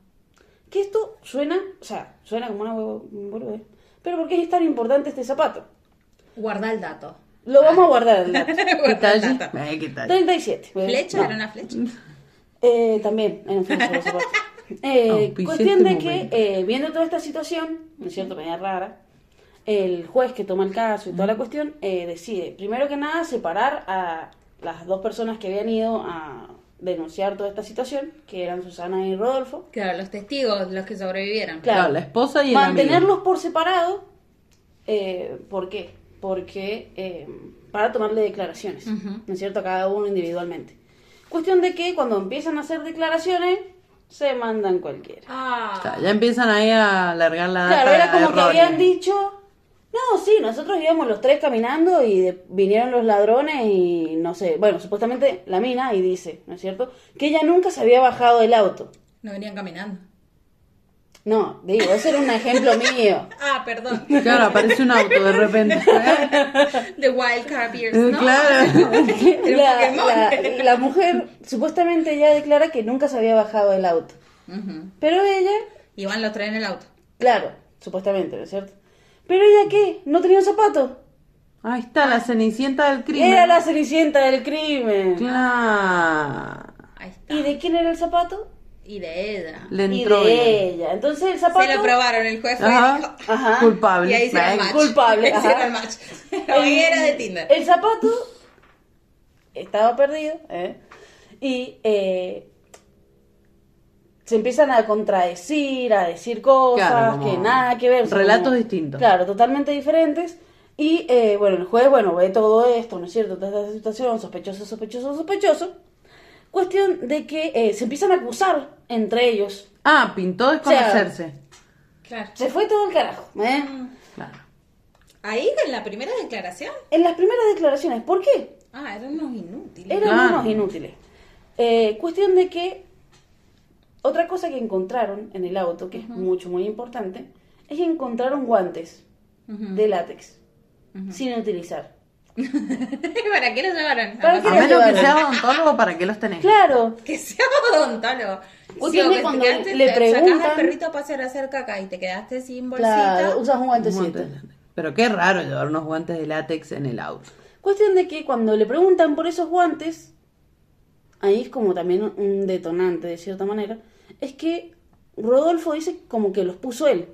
Speaker 3: Que esto suena, o sea, suena como una huevo, un boludez, Pero ¿por qué es tan importante este zapato?
Speaker 1: Guarda el dato.
Speaker 3: Lo vamos a guardar. el dato.
Speaker 2: ¿Qué
Speaker 1: Guarda el
Speaker 2: tal? Mm.
Speaker 1: dato.
Speaker 2: Eh, ¿Qué tal?
Speaker 3: 37. pues,
Speaker 1: ¿Flecha?
Speaker 3: no.
Speaker 1: ¿Era una flecha?
Speaker 3: Eh, también, en un solo zapato. Eh,
Speaker 2: Auspiciante
Speaker 3: cuestión de que,
Speaker 2: momento.
Speaker 3: eh, viendo toda esta situación, ¿no es cierto? Media rara, el juez que toma el caso y toda la cuestión eh, decide, primero que nada, separar a las dos personas que habían ido a denunciar toda esta situación, que eran Susana y Rodolfo,
Speaker 1: Claro, los testigos, los que sobrevivieron.
Speaker 3: Claro.
Speaker 2: Claro, la esposa y el amigo.
Speaker 3: Mantenerlos por separado, eh, ¿por qué? Porque eh, para tomarle declaraciones,
Speaker 1: Ujú.
Speaker 3: ¿no es cierto? A cada uno individualmente. Cuestión de que cuando empiezan a hacer declaraciones, se mandan cualquiera.
Speaker 2: O
Speaker 1: Ah,
Speaker 2: sea, Ya empiezan ahí a alargar la data.
Speaker 3: Claro, era como que
Speaker 2: errónea.
Speaker 3: habían dicho, no, sí, nosotros íbamos los tres caminando y de- vinieron los ladrones y no sé, bueno, supuestamente la mina y dice, ¿no es cierto? Que ella nunca se había bajado del auto.
Speaker 1: no venían caminando.
Speaker 3: No, digo, ese era un ejemplo mío.
Speaker 1: Ah, perdón.
Speaker 2: Claro, aparece un auto de repente.
Speaker 1: The Wild Carbiers,
Speaker 2: Eh,
Speaker 1: ¿no?
Speaker 2: Claro.
Speaker 1: Era un
Speaker 3: la,
Speaker 1: Pokémon.
Speaker 3: la- la mujer supuestamente ella declara que nunca se había bajado del auto.
Speaker 1: Ujú.
Speaker 3: Pero ella,
Speaker 1: Iban los tres en el auto.
Speaker 3: claro, supuestamente, ¿no es cierto? Pero ella qué, no tenía zapatos.
Speaker 2: Ahí está, la cenicienta del crimen.
Speaker 3: Era la cenicienta del crimen.
Speaker 2: Claro.
Speaker 1: Ahí está.
Speaker 3: ¿Y de quién era el zapato?
Speaker 1: Y de ella.
Speaker 2: Le
Speaker 3: y
Speaker 2: entró
Speaker 3: de
Speaker 2: bien.
Speaker 3: ella. Entonces el zapato
Speaker 1: Se lo probaron, el juez fue y
Speaker 2: Ajá.
Speaker 1: dijo,
Speaker 3: Ajá.
Speaker 2: Culpable.
Speaker 1: Y ahí hicieron
Speaker 2: Venga.
Speaker 1: match.
Speaker 3: Culpable, ajá. Eh,
Speaker 1: Hicieron match. Ahí era de Tinder.
Speaker 3: El zapato estaba perdido ¿eh? y eh, se empiezan a contradecir, a decir cosas
Speaker 2: Claro, como
Speaker 3: que nada que ver. son
Speaker 2: relatos distintos.
Speaker 3: Claro, totalmente diferentes. Y eh, bueno, el juez, bueno, ve todo esto, ¿no es cierto? Toda esta situación, sospechoso, sospechoso, sospechoso. Cuestión de que eh, se empiezan a acusar entre ellos.
Speaker 2: Ah, pintó desconocerse.
Speaker 1: Claro.
Speaker 3: Se fue todo el carajo. ¿eh?
Speaker 2: Mm. Claro.
Speaker 1: Ahí en la primera declaración.
Speaker 3: En las primeras declaraciones, ¿por qué?
Speaker 1: Ah, eran unos inútiles.
Speaker 3: Eran
Speaker 2: Claro.
Speaker 3: unos inútiles. Eh, cuestión de que otra cosa que encontraron en el auto, que es mucho, muy importante, es que encontraron guantes de látex sin utilizar.
Speaker 1: ¿Para qué los llevaron?
Speaker 3: ¿Para
Speaker 1: A
Speaker 3: qué
Speaker 2: A
Speaker 3: los
Speaker 1: pasar-
Speaker 2: menos que
Speaker 3: llevaron?
Speaker 2: sea odontólogo, ¿para qué los tenés?
Speaker 3: Claro,
Speaker 1: Que sea odontólogo.
Speaker 3: Vos
Speaker 1: Sí,
Speaker 3: tenés
Speaker 1: o que
Speaker 3: cuando
Speaker 1: te quedaste,
Speaker 3: le
Speaker 1: te Sacás
Speaker 3: preguntan-
Speaker 1: al perrito a pasear a hacer caca y te quedaste sin bolsita.
Speaker 3: claro, usas un
Speaker 2: Un
Speaker 3: guantecito.
Speaker 2: montón de látex. Pero qué raro llevar unos guantes de látex en el auto.
Speaker 3: Cuestión de que cuando le preguntan por esos guantes, ahí es como también un detonante de cierta manera, es que Rodolfo dice como que los puso él.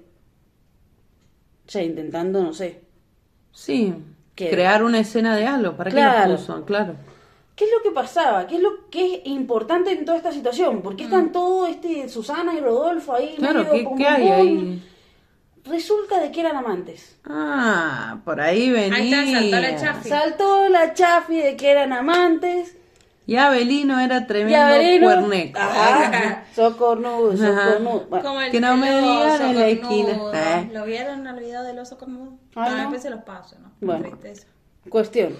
Speaker 3: O sea, intentando, no sé,
Speaker 2: Sí.
Speaker 3: ¿Qué?
Speaker 2: Crear una escena de algo. ¿Para qué
Speaker 3: Claro.
Speaker 2: los puso? Claro.
Speaker 3: ¿Qué es lo que pasaba? ¿Qué es lo que es importante en toda esta situación? ¿Por qué están todo este Susana y Rodolfo ahí?
Speaker 2: Mm. Claro,
Speaker 3: medio
Speaker 2: ¿qué,
Speaker 3: pum,
Speaker 2: qué
Speaker 3: pum,
Speaker 2: hay
Speaker 3: pum?
Speaker 2: ahí?
Speaker 3: Resulta de que eran amantes.
Speaker 2: Ah, por ahí venía.
Speaker 1: Ahí está, saltó la chafi.
Speaker 3: Saltó la chafi de que eran amantes.
Speaker 2: Y Abelino era
Speaker 3: Y ah,
Speaker 2: tremendo
Speaker 3: Averino...
Speaker 2: cuerneco.
Speaker 3: Ajá. Socornudo,
Speaker 2: Ajá.
Speaker 3: socornudo. Bueno,
Speaker 1: Como el,
Speaker 2: Que no me
Speaker 1: el oso
Speaker 2: digan en la
Speaker 1: cornudo.
Speaker 2: esquina. Eh.
Speaker 1: ¿Lo vieron al video del oso cornudo?
Speaker 3: Ah, no.
Speaker 1: a veces los paso, ¿no?
Speaker 3: Bueno.
Speaker 1: Tristeza.
Speaker 3: cuestión.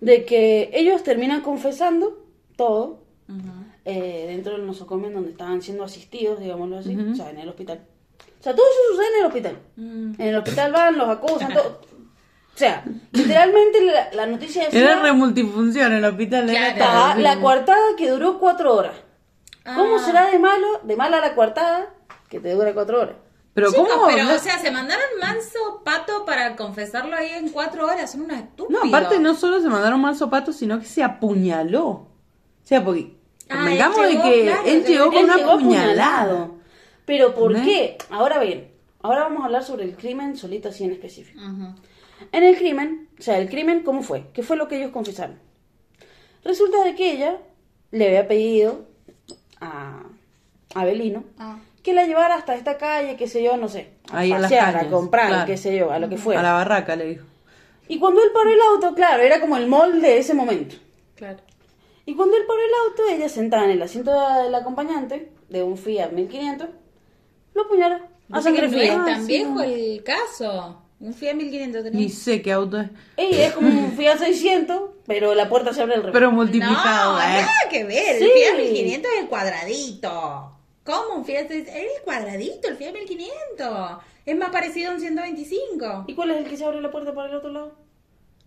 Speaker 3: De que ellos terminan confesando todo
Speaker 1: Ujú.
Speaker 3: eh, dentro del nosocomium donde estaban siendo asistidos, digámoslo así. O sea, en el hospital. O sea, todo eso sucede en el hospital.
Speaker 1: Mm.
Speaker 3: En el hospital van, los acusan, todo. O sea, literalmente la, la noticia decía
Speaker 2: Era re multifunción el hospital. Era
Speaker 1: Claro.
Speaker 2: todo,
Speaker 3: "Ta-
Speaker 2: así
Speaker 3: la
Speaker 2: como-
Speaker 3: coartada que duró cuatro horas.
Speaker 2: Ah.
Speaker 3: ¿Cómo será de malo, de mala la coartada que te dura cuatro horas?
Speaker 2: Pero
Speaker 1: Chicos,
Speaker 2: ¿cómo?
Speaker 1: pero,
Speaker 2: No-
Speaker 1: o sea, se mandaron manso pato para confesarlo ahí en cuatro horas. Son unos
Speaker 2: no,
Speaker 1: estúpidos.
Speaker 2: aparte no solo se mandaron mal zapatos, sino que se apuñaló. O sea, porque
Speaker 1: Ah,
Speaker 2: convengamos
Speaker 1: él
Speaker 2: de
Speaker 1: llegó,
Speaker 2: que
Speaker 1: claro,
Speaker 2: él
Speaker 1: llegó-
Speaker 2: llegó con
Speaker 3: Él
Speaker 2: una
Speaker 3: llegó
Speaker 2: apuñalada.
Speaker 3: apuñalado. Pero ¿por
Speaker 2: ¿Ves?
Speaker 3: qué? Ahora bien, ahora vamos a hablar sobre el crimen solito así en específico.
Speaker 1: Ajá.
Speaker 3: En el crimen, o sea, el crimen, ¿cómo fue? ¿Qué fue lo que ellos confesaron? Resulta de que ella le había pedido a a Belino
Speaker 1: Ah.
Speaker 3: que la llevara hasta esta calle, qué sé yo, no sé, a
Speaker 2: Ahí a las
Speaker 3: pasear, a
Speaker 2: cañas,
Speaker 3: comprar,
Speaker 2: claro.
Speaker 3: qué sé yo, a lo que
Speaker 2: A la
Speaker 3: fuera.
Speaker 2: barraca le dijo.
Speaker 3: Y cuando él paró el auto, claro, era como el molde de ese momento.
Speaker 1: Claro.
Speaker 3: Y cuando él paró el auto, ella sentada en el asiento del acompañante de un Fiat 1500, lo apuñaló a
Speaker 1: Dicen que
Speaker 3: sangre
Speaker 1: Ah, no es
Speaker 3: fría.
Speaker 1: tan viejo el caso. Un Fiat 1500 tenía.
Speaker 2: Ni sé qué auto es.
Speaker 3: Ella es como un Fiat 600, pero la puerta se abre al revés.
Speaker 2: Pero
Speaker 1: No,
Speaker 2: multiplicado, eh.
Speaker 1: nada que ver.
Speaker 3: Sí.
Speaker 1: El Fiat 1500 es el cuadradito. ¿Cómo un Fiat 600? Es el cuadradito, el Fiat 1500. Es más parecido a un 125.
Speaker 3: ¿Y cuál es el que se abre la puerta para el otro lado?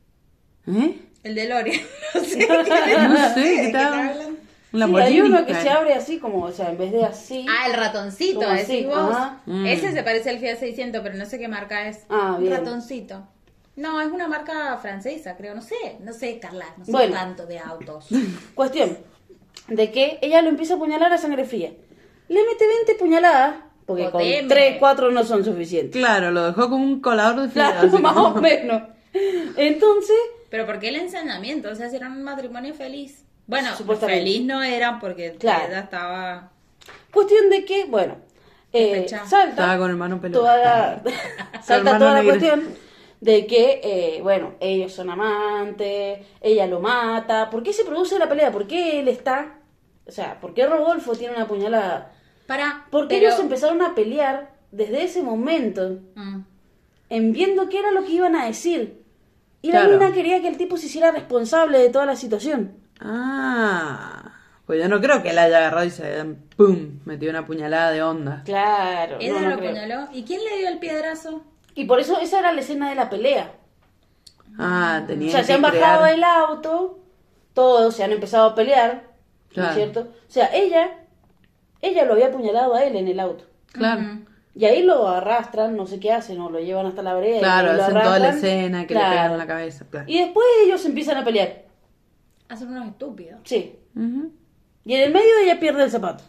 Speaker 2: ¿Eh?
Speaker 1: El de Lore. No sé. qué-
Speaker 2: No sé, ¿qué
Speaker 1: de
Speaker 2: tal?
Speaker 1: hablando.
Speaker 2: Un
Speaker 3: Sí,
Speaker 2: Lamborghini,
Speaker 3: hay uno que
Speaker 2: claro.
Speaker 3: se abre así, como, o sea, en vez de así.
Speaker 1: Ah, el ratoncito,
Speaker 3: Como
Speaker 1: decís
Speaker 3: así,
Speaker 1: vos.
Speaker 3: ajá.
Speaker 2: Mm.
Speaker 1: Ese se parece al Fiat 600, pero no sé qué marca es.
Speaker 3: Ah,
Speaker 1: Un
Speaker 3: bien.
Speaker 1: Ratoncito. No, es una marca francesa, creo. No sé, no sé, Carla. No sé
Speaker 3: Bueno.
Speaker 1: tanto de autos.
Speaker 3: Cuestión de que ella lo empieza a apuñalar a sangre fría. Le mete 20 puñaladas, porque
Speaker 1: Potente.
Speaker 3: con 3, 4 no son suficientes.
Speaker 2: Claro, lo dejó como un colador de fideos,
Speaker 3: Claro,
Speaker 2: así
Speaker 3: más
Speaker 2: como-
Speaker 3: o menos. Entonces,
Speaker 1: Pero ¿por qué el ensañamiento? O sea, si era un matrimonio feliz. Bueno,
Speaker 3: Supuestamente.
Speaker 1: feliz no eran porque
Speaker 3: Claro.
Speaker 1: ella estaba...
Speaker 3: cuestión de que, bueno, eh,
Speaker 1: Despechada.
Speaker 3: salta
Speaker 2: Estaba con el mano peludo.
Speaker 3: toda, salta
Speaker 2: hermano
Speaker 3: toda la
Speaker 2: negro.
Speaker 3: cuestión de que, eh, bueno, ellos son amantes, ella lo mata. ¿Por qué se produce la pelea? ¿Por qué él está? O sea, ¿por qué Rodolfo tiene una puñalada?
Speaker 1: Para...
Speaker 3: Porque
Speaker 1: pero-
Speaker 3: ellos empezaron a pelear desde ese momento,
Speaker 1: Mm.
Speaker 3: en viendo qué era lo que iban a decir. Y
Speaker 2: Claro.
Speaker 3: la mina quería que el tipo se hiciera responsable de toda la situación.
Speaker 2: Ah, pues yo no creo que él haya agarrado y se pum, metió una puñalada de onda.
Speaker 3: Claro.
Speaker 1: Ella lo apuñaló. ¿Y quién le dio el piedrazo?
Speaker 3: Y por eso esa era la escena de la pelea.
Speaker 2: Ah, tenía
Speaker 3: o sea,
Speaker 2: que
Speaker 3: se han
Speaker 2: crear-
Speaker 3: bajado del auto, todos se han empezado a pelear, ¿no
Speaker 2: Claro.
Speaker 3: es cierto? O sea, ella, ella lo había apuñalado a él en el auto.
Speaker 2: Claro.
Speaker 1: Ujú.
Speaker 3: Y ahí lo arrastran, no sé qué hacen, o lo llevan hasta la vereda. y
Speaker 2: Claro,
Speaker 3: ahí Eh, lo
Speaker 2: hacen toda la
Speaker 3: arrastran.
Speaker 2: escena que le
Speaker 3: Claro.
Speaker 2: pegan en la cabeza. Claro.
Speaker 3: Y después ellos empiezan a pelear.
Speaker 1: Hacen unos estúpidos.
Speaker 3: Sí.
Speaker 2: Ujú.
Speaker 3: Y en el medio ella pierde el zapato.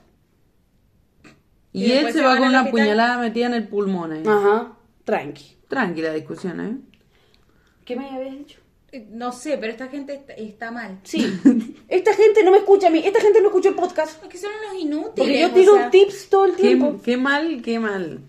Speaker 2: Y,
Speaker 1: Y
Speaker 2: él
Speaker 1: después
Speaker 2: se
Speaker 1: se
Speaker 2: va
Speaker 1: van
Speaker 2: con
Speaker 1: al
Speaker 2: una
Speaker 1: hospital.
Speaker 2: puñalada metida en el pulmón ahí.
Speaker 3: Ajá. Tranqui.
Speaker 2: Tranquila discusión, ¿eh?
Speaker 3: ¿Qué me habías dicho?
Speaker 1: Eh, No sé, pero esta gente está, está mal.
Speaker 3: Sí. Esta gente no me escucha a mí. Esta gente no escucha el podcast.
Speaker 1: Es que son unos inútiles.
Speaker 3: Porque yo
Speaker 1: o
Speaker 3: tiro
Speaker 1: sea.
Speaker 3: tips todo el
Speaker 2: Qué,
Speaker 3: tiempo.
Speaker 2: qué mal, qué mal.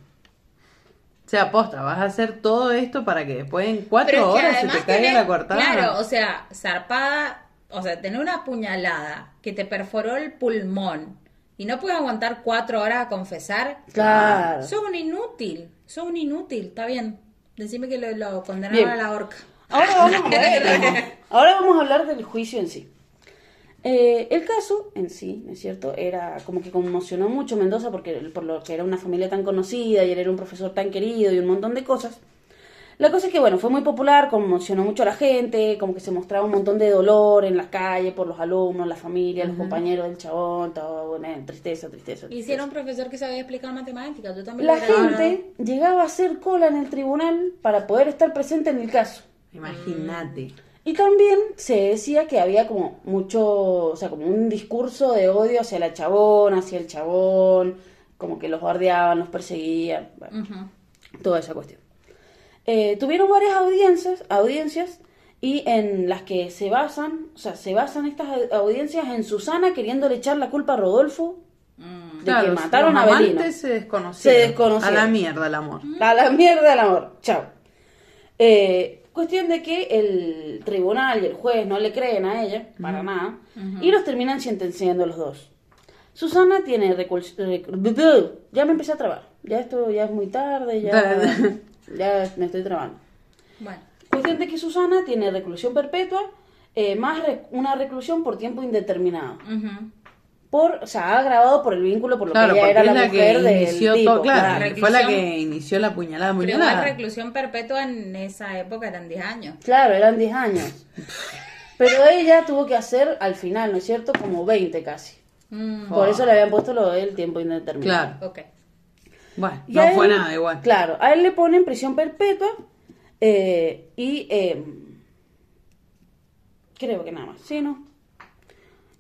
Speaker 2: O sea, aposta, vas a hacer todo esto para que después en cuatro
Speaker 1: Pero es que
Speaker 2: horas se te
Speaker 1: además
Speaker 2: caiga
Speaker 1: tenés-
Speaker 2: la cortada.
Speaker 1: Claro, o sea, zarpada, o sea, tener una puñalada que te perforó el pulmón y no puedes aguantar cuatro horas a confesar,
Speaker 3: Claro.
Speaker 1: sos un inútil, sos un inútil, está bien. Decime que lo, lo condenaron
Speaker 3: Bien.
Speaker 1: a la horca.
Speaker 3: Ahora vamos a ver. Ahora vamos a hablar del juicio en sí. Eh, el caso en sí, ¿no es cierto? Era como que conmocionó mucho Mendoza porque por lo que era una familia tan conocida y él era un profesor tan querido y un montón de cosas. La cosa es que, bueno, fue muy popular, conmocionó mucho a la gente, como que se mostraba un montón de dolor en las calles por los alumnos, la familia, los compañeros del chabón, todo, bueno, tristeza, tristeza. tristeza.
Speaker 1: Hicieron un profesor que sabía explicar matemáticas, yo también
Speaker 3: La
Speaker 1: lo hubiera ganado.
Speaker 3: gente llegaba a hacer cola en el tribunal para poder estar presente en el caso.
Speaker 2: Imagínate.
Speaker 3: Y también se decía que había como mucho, o sea, como un discurso de odio hacia la chabona, hacia el chabón, como que los bardeaban, los perseguían, bueno,
Speaker 1: Ujú.
Speaker 3: toda esa cuestión. Eh, tuvieron varias audiencias, audiencias y en las que se basan, o sea, se basan estas au- audiencias en Susana queriéndole echar la culpa a Rodolfo
Speaker 1: Mm.
Speaker 3: de
Speaker 2: Claro,
Speaker 3: que mataron
Speaker 2: los
Speaker 3: a Belino.
Speaker 2: amantes se desconocieron.
Speaker 3: Se desconocieron.
Speaker 2: A la mierda el amor.
Speaker 3: A la mierda el amor. Chao. Eh, cuestión de que el tribunal y el juez no le creen a ella, para nada, y los terminan sentenciando los dos. Susana tiene recurs- recur- Ya me empecé a trabar. Ya esto ya es muy tarde, ya,
Speaker 2: Tarde.
Speaker 3: ya me estoy trabando.
Speaker 1: Bueno,
Speaker 3: Cuestión de que Susana tiene reclusión perpetua, eh, más rec- una reclusión por tiempo indeterminado.
Speaker 1: ujú.
Speaker 3: por, o sea, agravado por el vínculo, por lo
Speaker 2: Claro,
Speaker 3: que ella
Speaker 2: porque
Speaker 3: era
Speaker 2: es
Speaker 3: la,
Speaker 2: la
Speaker 3: mujer
Speaker 2: que
Speaker 3: del
Speaker 2: inició
Speaker 3: tipo,
Speaker 2: todo, claro,
Speaker 3: claro.
Speaker 2: que fue la
Speaker 1: Reclusión.
Speaker 2: que inició la puñalada
Speaker 1: Pero igual
Speaker 2: puñalada.
Speaker 1: reclusión perpetua en esa época eran 10 años.
Speaker 3: Claro, eran 10 años. Pero ella tuvo que hacer al final, ¿no es cierto? Como 20 casi.
Speaker 1: Mm,
Speaker 3: Por eso le habían puesto lo del tiempo indeterminado.
Speaker 2: Claro.
Speaker 1: ok.
Speaker 2: Bueno,
Speaker 3: Y
Speaker 2: no
Speaker 3: a
Speaker 2: fue
Speaker 3: él-
Speaker 2: nada igual.
Speaker 3: Claro, a él le ponen prisión perpetua eh, y eh, creo que nada más, sí, ¿no?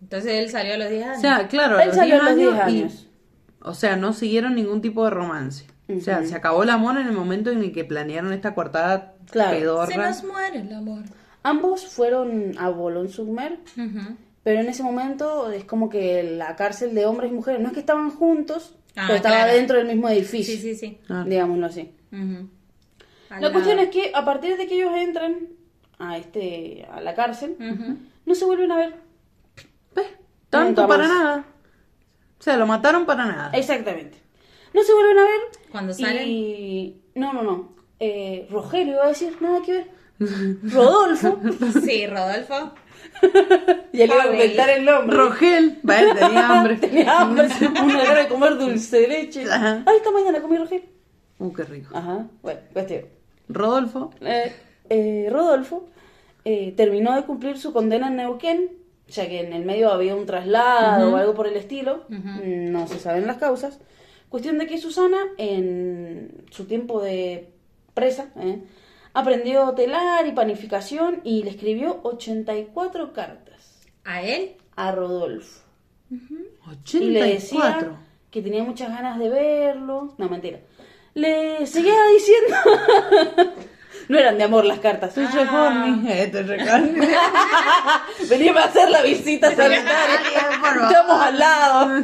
Speaker 1: Entonces él salió a los 10 años.
Speaker 2: O sea, claro,
Speaker 3: Él salió a los 10
Speaker 2: y-
Speaker 3: años.
Speaker 2: o sea, no siguieron ningún tipo de romance. O sea, se acabó el amor en el momento en el que planearon esta coartada
Speaker 3: Claro.
Speaker 1: Se
Speaker 2: pedorra.
Speaker 1: nos muere el amor.
Speaker 3: Ambos fueron a Bolón Submer,
Speaker 1: Ujú.
Speaker 3: pero en ese momento es como que la cárcel de hombres y mujeres, no es que estaban juntos,
Speaker 1: Ah,
Speaker 3: pero estaba
Speaker 1: claro.
Speaker 3: dentro del mismo edificio,
Speaker 1: Sí, sí, sí.
Speaker 2: Ah.
Speaker 3: digámoslo así.
Speaker 1: Ujú. Al
Speaker 3: La
Speaker 1: lado.
Speaker 3: cuestión es que a partir de que ellos entran a este a la cárcel,
Speaker 1: Ujú.
Speaker 3: no se vuelven a ver.
Speaker 2: Pues, tanto
Speaker 3: Nunca
Speaker 2: para
Speaker 3: más.
Speaker 2: nada. O sea, lo mataron para
Speaker 3: Ah.
Speaker 2: nada.
Speaker 3: Exactamente. No se vuelven a ver.
Speaker 1: Cuando
Speaker 3: Y... No, no, no. Eh, Rogelio iba a decir, nada que ver. Rodolfo.
Speaker 1: Sí, Rodolfo.
Speaker 3: y él iba a
Speaker 1: Pavel.
Speaker 3: inventar el nombre.
Speaker 2: Rogel, vale, tenía hambre.
Speaker 3: Tenía hambre, Ah, pues, una gana de comer dulce de leche.
Speaker 2: Ajá.
Speaker 3: Ay, esta mañana comí Rogelio.
Speaker 2: Uh, qué rico.
Speaker 3: Ajá, bueno, cuestión.
Speaker 2: Rodolfo,
Speaker 3: Eh, eh, Rodolfo eh, terminó de cumplir su condena en Neuquén, ya que en el medio había un traslado o algo por el estilo, Mm, no se saben las causas. Cuestión de que Susana, en su tiempo de presa, eh, aprendió telar y panificación y le escribió 84 cartas
Speaker 1: ¿A él?
Speaker 3: a Rodolfo. Y le decía "Ah".
Speaker 2: 84.
Speaker 3: que tenía muchas ganas de verlo. No, mentira. Le seguía diciendo. no eran de amor las cartas.
Speaker 2: Estoy recorni, eh, estoy recorni.
Speaker 3: Venime a hacer la visita sanitaria. Estamos al lado.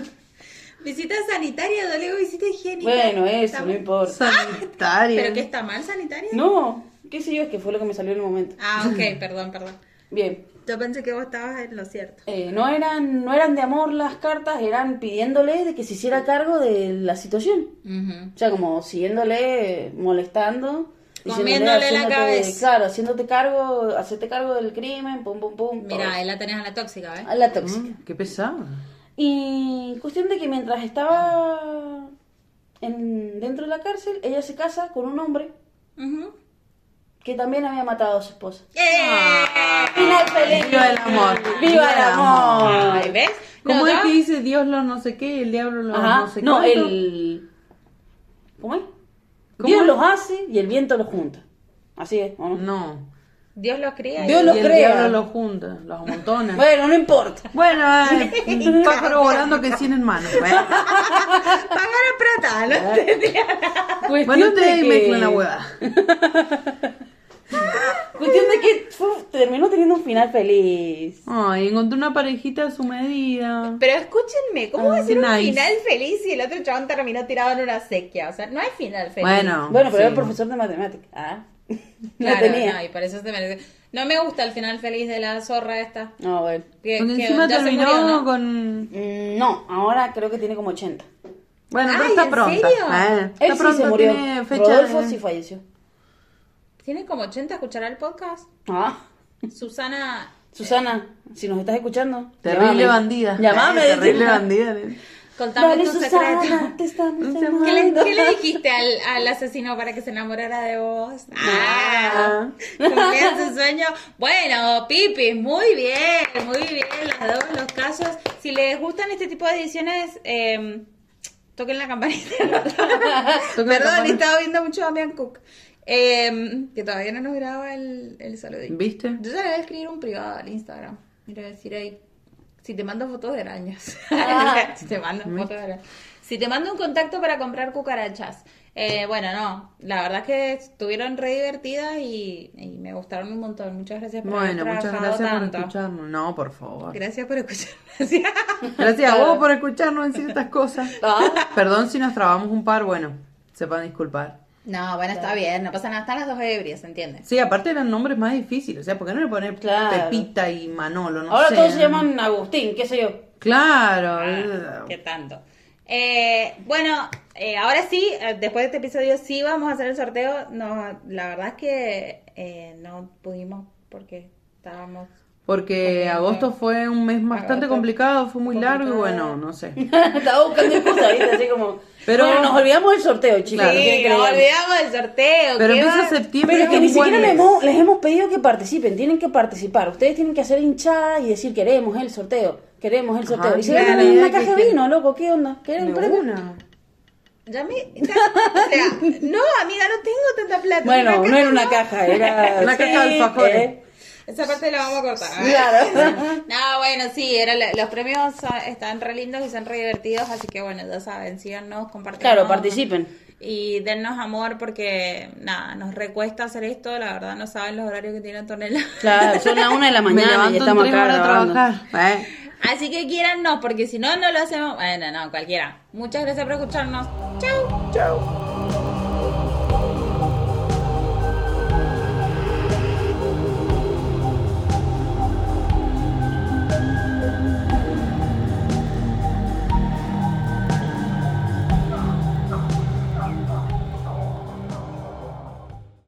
Speaker 1: Visita sanitaria, yo le digo visita higiénica.
Speaker 3: Bueno, eso,
Speaker 1: Está
Speaker 3: no
Speaker 1: mal.
Speaker 3: importa.
Speaker 2: Sanitario.
Speaker 1: ¿Pero que está mal sanitaria?
Speaker 3: No, qué sé yo, es que fue lo que me salió en el momento.
Speaker 1: Ah, ok, perdón, perdón.
Speaker 3: Bien.
Speaker 1: Yo pensé que vos estabas en lo cierto.
Speaker 3: eh, no, eran, no eran de amor las cartas, eran pidiéndole de que se hiciera cargo de la situación. O sea, como siguiéndole, molestando. diciéndole,
Speaker 1: Comiéndole la
Speaker 3: haciéndote-
Speaker 1: cabeza.
Speaker 3: Claro, haciéndote cargo, hacerte cargo del crimen, pum, pum, pum. todo.
Speaker 1: Mira, eh. ahí la tenés a la tóxica, ¿ves?
Speaker 3: A la tóxica.
Speaker 2: Mm, Qué pesado.
Speaker 3: Y cuestión de que mientras estaba en, dentro de la cárcel, ella se casa con un hombre
Speaker 1: Ujú.
Speaker 3: que también había matado a su esposa.
Speaker 1: ¡Eh!
Speaker 3: Final feliz.
Speaker 2: Viva el amor.
Speaker 3: Viva el amor.
Speaker 1: Ay, ¿Ves?
Speaker 2: ¿Cómo
Speaker 1: No,
Speaker 2: es
Speaker 1: yo-
Speaker 2: que dice Dios lo no sé qué, el diablo lo
Speaker 3: Ajá.
Speaker 2: no sé
Speaker 3: No,
Speaker 2: cuánto?
Speaker 3: el ¿Cómo es?
Speaker 2: ¿Cómo
Speaker 3: Dios
Speaker 2: es? Mm.
Speaker 3: los hace y el viento los junta. Así es, ¿o no?
Speaker 2: No.
Speaker 1: Dios los cría. y-
Speaker 3: Dios los
Speaker 2: y el
Speaker 3: crea.
Speaker 2: diablo los junta, los amontona.
Speaker 3: Bueno, no importa.
Speaker 2: Bueno, eh, está corroborando que tienen en mano. eh.
Speaker 1: Págara plata, ¿no?
Speaker 2: Bueno,
Speaker 3: Cuestión
Speaker 2: ustedes
Speaker 3: de que-
Speaker 2: mezclan la hueva.
Speaker 3: Cuestión de que fue- terminó teniendo un final feliz.
Speaker 2: Ay, encontré una parejita a su medida.
Speaker 1: Pero escúchenme, ¿cómo va a ser un
Speaker 2: nice.
Speaker 1: final feliz si el otro chabón terminó tirado en una sequía? O sea, no hay final feliz.
Speaker 2: Bueno,
Speaker 3: Bueno, pero era
Speaker 2: Ah, sí.
Speaker 3: el profesor de matemáticas. Ah.
Speaker 1: claro,
Speaker 3: no tenía.
Speaker 1: no, y por eso se merece. No me gusta el final feliz de la zorra esta.
Speaker 3: No, bueno.
Speaker 1: Que,
Speaker 2: Porque
Speaker 1: que
Speaker 2: encima
Speaker 1: ya se
Speaker 2: terminó
Speaker 1: murió, ¿no?
Speaker 2: con.
Speaker 3: Mm, No, ahora creo que tiene como 80.
Speaker 2: Bueno, pero
Speaker 1: Ay,
Speaker 2: está
Speaker 1: ¿en
Speaker 2: pronta.
Speaker 1: serio?
Speaker 2: Eh, está
Speaker 3: Él sí
Speaker 2: pronta,
Speaker 3: se murió.
Speaker 2: tiene fecha.
Speaker 3: Rodolfo
Speaker 2: de-
Speaker 3: sí falleció.
Speaker 1: Tiene como 80, escuchará el podcast.
Speaker 3: Ah,
Speaker 1: Susana,
Speaker 3: Susana, si nos estás escuchando.
Speaker 2: Terrible
Speaker 3: llamame.
Speaker 2: bandida.
Speaker 3: Llamame.
Speaker 2: Eh, Terrible
Speaker 3: decime.
Speaker 2: bandida. eh.
Speaker 1: contame
Speaker 3: Dale,
Speaker 1: tu
Speaker 3: Susana,
Speaker 1: secreto.
Speaker 3: te estamos
Speaker 2: No se
Speaker 3: llamando.
Speaker 1: ¿Qué le, qué le dijiste al, al asesino para que se enamorara de vos? Ah, cumplía su sueño. Bueno, Pipi, muy bien, muy bien, los dos, los casos. Si les gustan este tipo de ediciones, eh, toquen la campanita.
Speaker 2: Toquen la
Speaker 1: Perdón,
Speaker 2: campana.
Speaker 1: estaba viendo mucho a Mian Cook. Eh, que todavía no nos graba el, el saludito.
Speaker 2: ¿Viste?
Speaker 1: Yo ya le voy a escribir un privado al Instagram. Y le voy a decir ahí, si te mando fotos de arañas.
Speaker 3: Ah.
Speaker 1: si te mando fotos de arañas. Si te mando un contacto para comprar cucarachas. Eh, bueno, no, la verdad es que estuvieron re divertidas y, y me gustaron un montón. Muchas gracias por haber
Speaker 2: Bueno, muchas
Speaker 1: trabajado
Speaker 2: gracias por
Speaker 1: tanto.
Speaker 2: escucharnos. No, por favor.
Speaker 1: Gracias por escucharnos.
Speaker 2: Gracias a vos por escucharnos decir estas cosas.
Speaker 3: Ah.
Speaker 2: Perdón si nos trabamos un par, bueno, sepan disculpar.
Speaker 1: no, bueno, está bien, no pasa nada. Están las dos ebrias, ¿entiendes?
Speaker 2: Sí, aparte eran nombres más difíciles, o sea, ¿por qué no le poner
Speaker 3: Claro.
Speaker 2: Pepita y Manolo? No
Speaker 3: Ahora
Speaker 2: sé,
Speaker 3: todos se
Speaker 2: ¿no?
Speaker 3: llaman Ah, Agustín, qué sé yo.
Speaker 2: Claro.
Speaker 1: ¿Qué tanto? Eh, bueno, eh, ahora sí, eh, después de este episodio sí vamos a hacer el sorteo. No, la verdad es que eh, no pudimos porque estábamos...
Speaker 2: Porque agosto fue un mes bastante complicado, fue muy largo y bueno, no sé.
Speaker 3: Estaba buscando cosas, ¿viste? Así como.
Speaker 2: Pero-
Speaker 3: Pero nos olvidamos del sorteo, chicos. no quieren
Speaker 1: Sí,
Speaker 3: que le
Speaker 1: nos
Speaker 3: digamos.
Speaker 1: olvidamos del sorteo.
Speaker 2: Pero
Speaker 1: ¿qué
Speaker 2: empieza
Speaker 1: va?
Speaker 2: septiembre.
Speaker 3: Pero es que
Speaker 2: un
Speaker 3: ni
Speaker 2: buen
Speaker 3: siquiera les
Speaker 2: mes.
Speaker 3: hemos, les hemos pedido que participen, tienen que participar. Ustedes tienen que hacer hinchada y decir queremos el sorteo, queremos el sorteo.
Speaker 2: Ajá,
Speaker 3: y se
Speaker 2: claro,
Speaker 3: ganan
Speaker 2: ya
Speaker 3: una
Speaker 2: que-
Speaker 3: caja de vino, loco, ¿qué onda? ¿Quieren un
Speaker 2: De
Speaker 3: premio?
Speaker 2: una.
Speaker 1: Ya me. o sea, no, amiga, no tengo tanta plata.
Speaker 3: Bueno,
Speaker 1: Una
Speaker 3: no era una
Speaker 1: no.
Speaker 3: caja, era
Speaker 2: Una caja de
Speaker 3: sí,
Speaker 2: alfajores.
Speaker 3: eh,
Speaker 1: Esa parte la vamos a cortar.
Speaker 3: Claro.
Speaker 1: No, bueno, sí, era la- los premios son- están re lindos y son re divertidos, así que bueno, ya saben, síganos, compartan.
Speaker 3: Claro, participen.
Speaker 1: Y dennos amor porque, nada, nos recuesta hacer esto, la verdad no saben los horarios que tienen Tonela.
Speaker 3: Claro, son las una de la
Speaker 2: Me
Speaker 3: mañana y
Speaker 2: levanto
Speaker 3: estamos
Speaker 2: en
Speaker 3: acá
Speaker 2: tres para
Speaker 3: grabando.
Speaker 2: trabajar. Eh.
Speaker 1: Así que quieran no, porque si no, no lo hacemos. Bueno, no, cualquiera. Muchas gracias por escucharnos. Chau.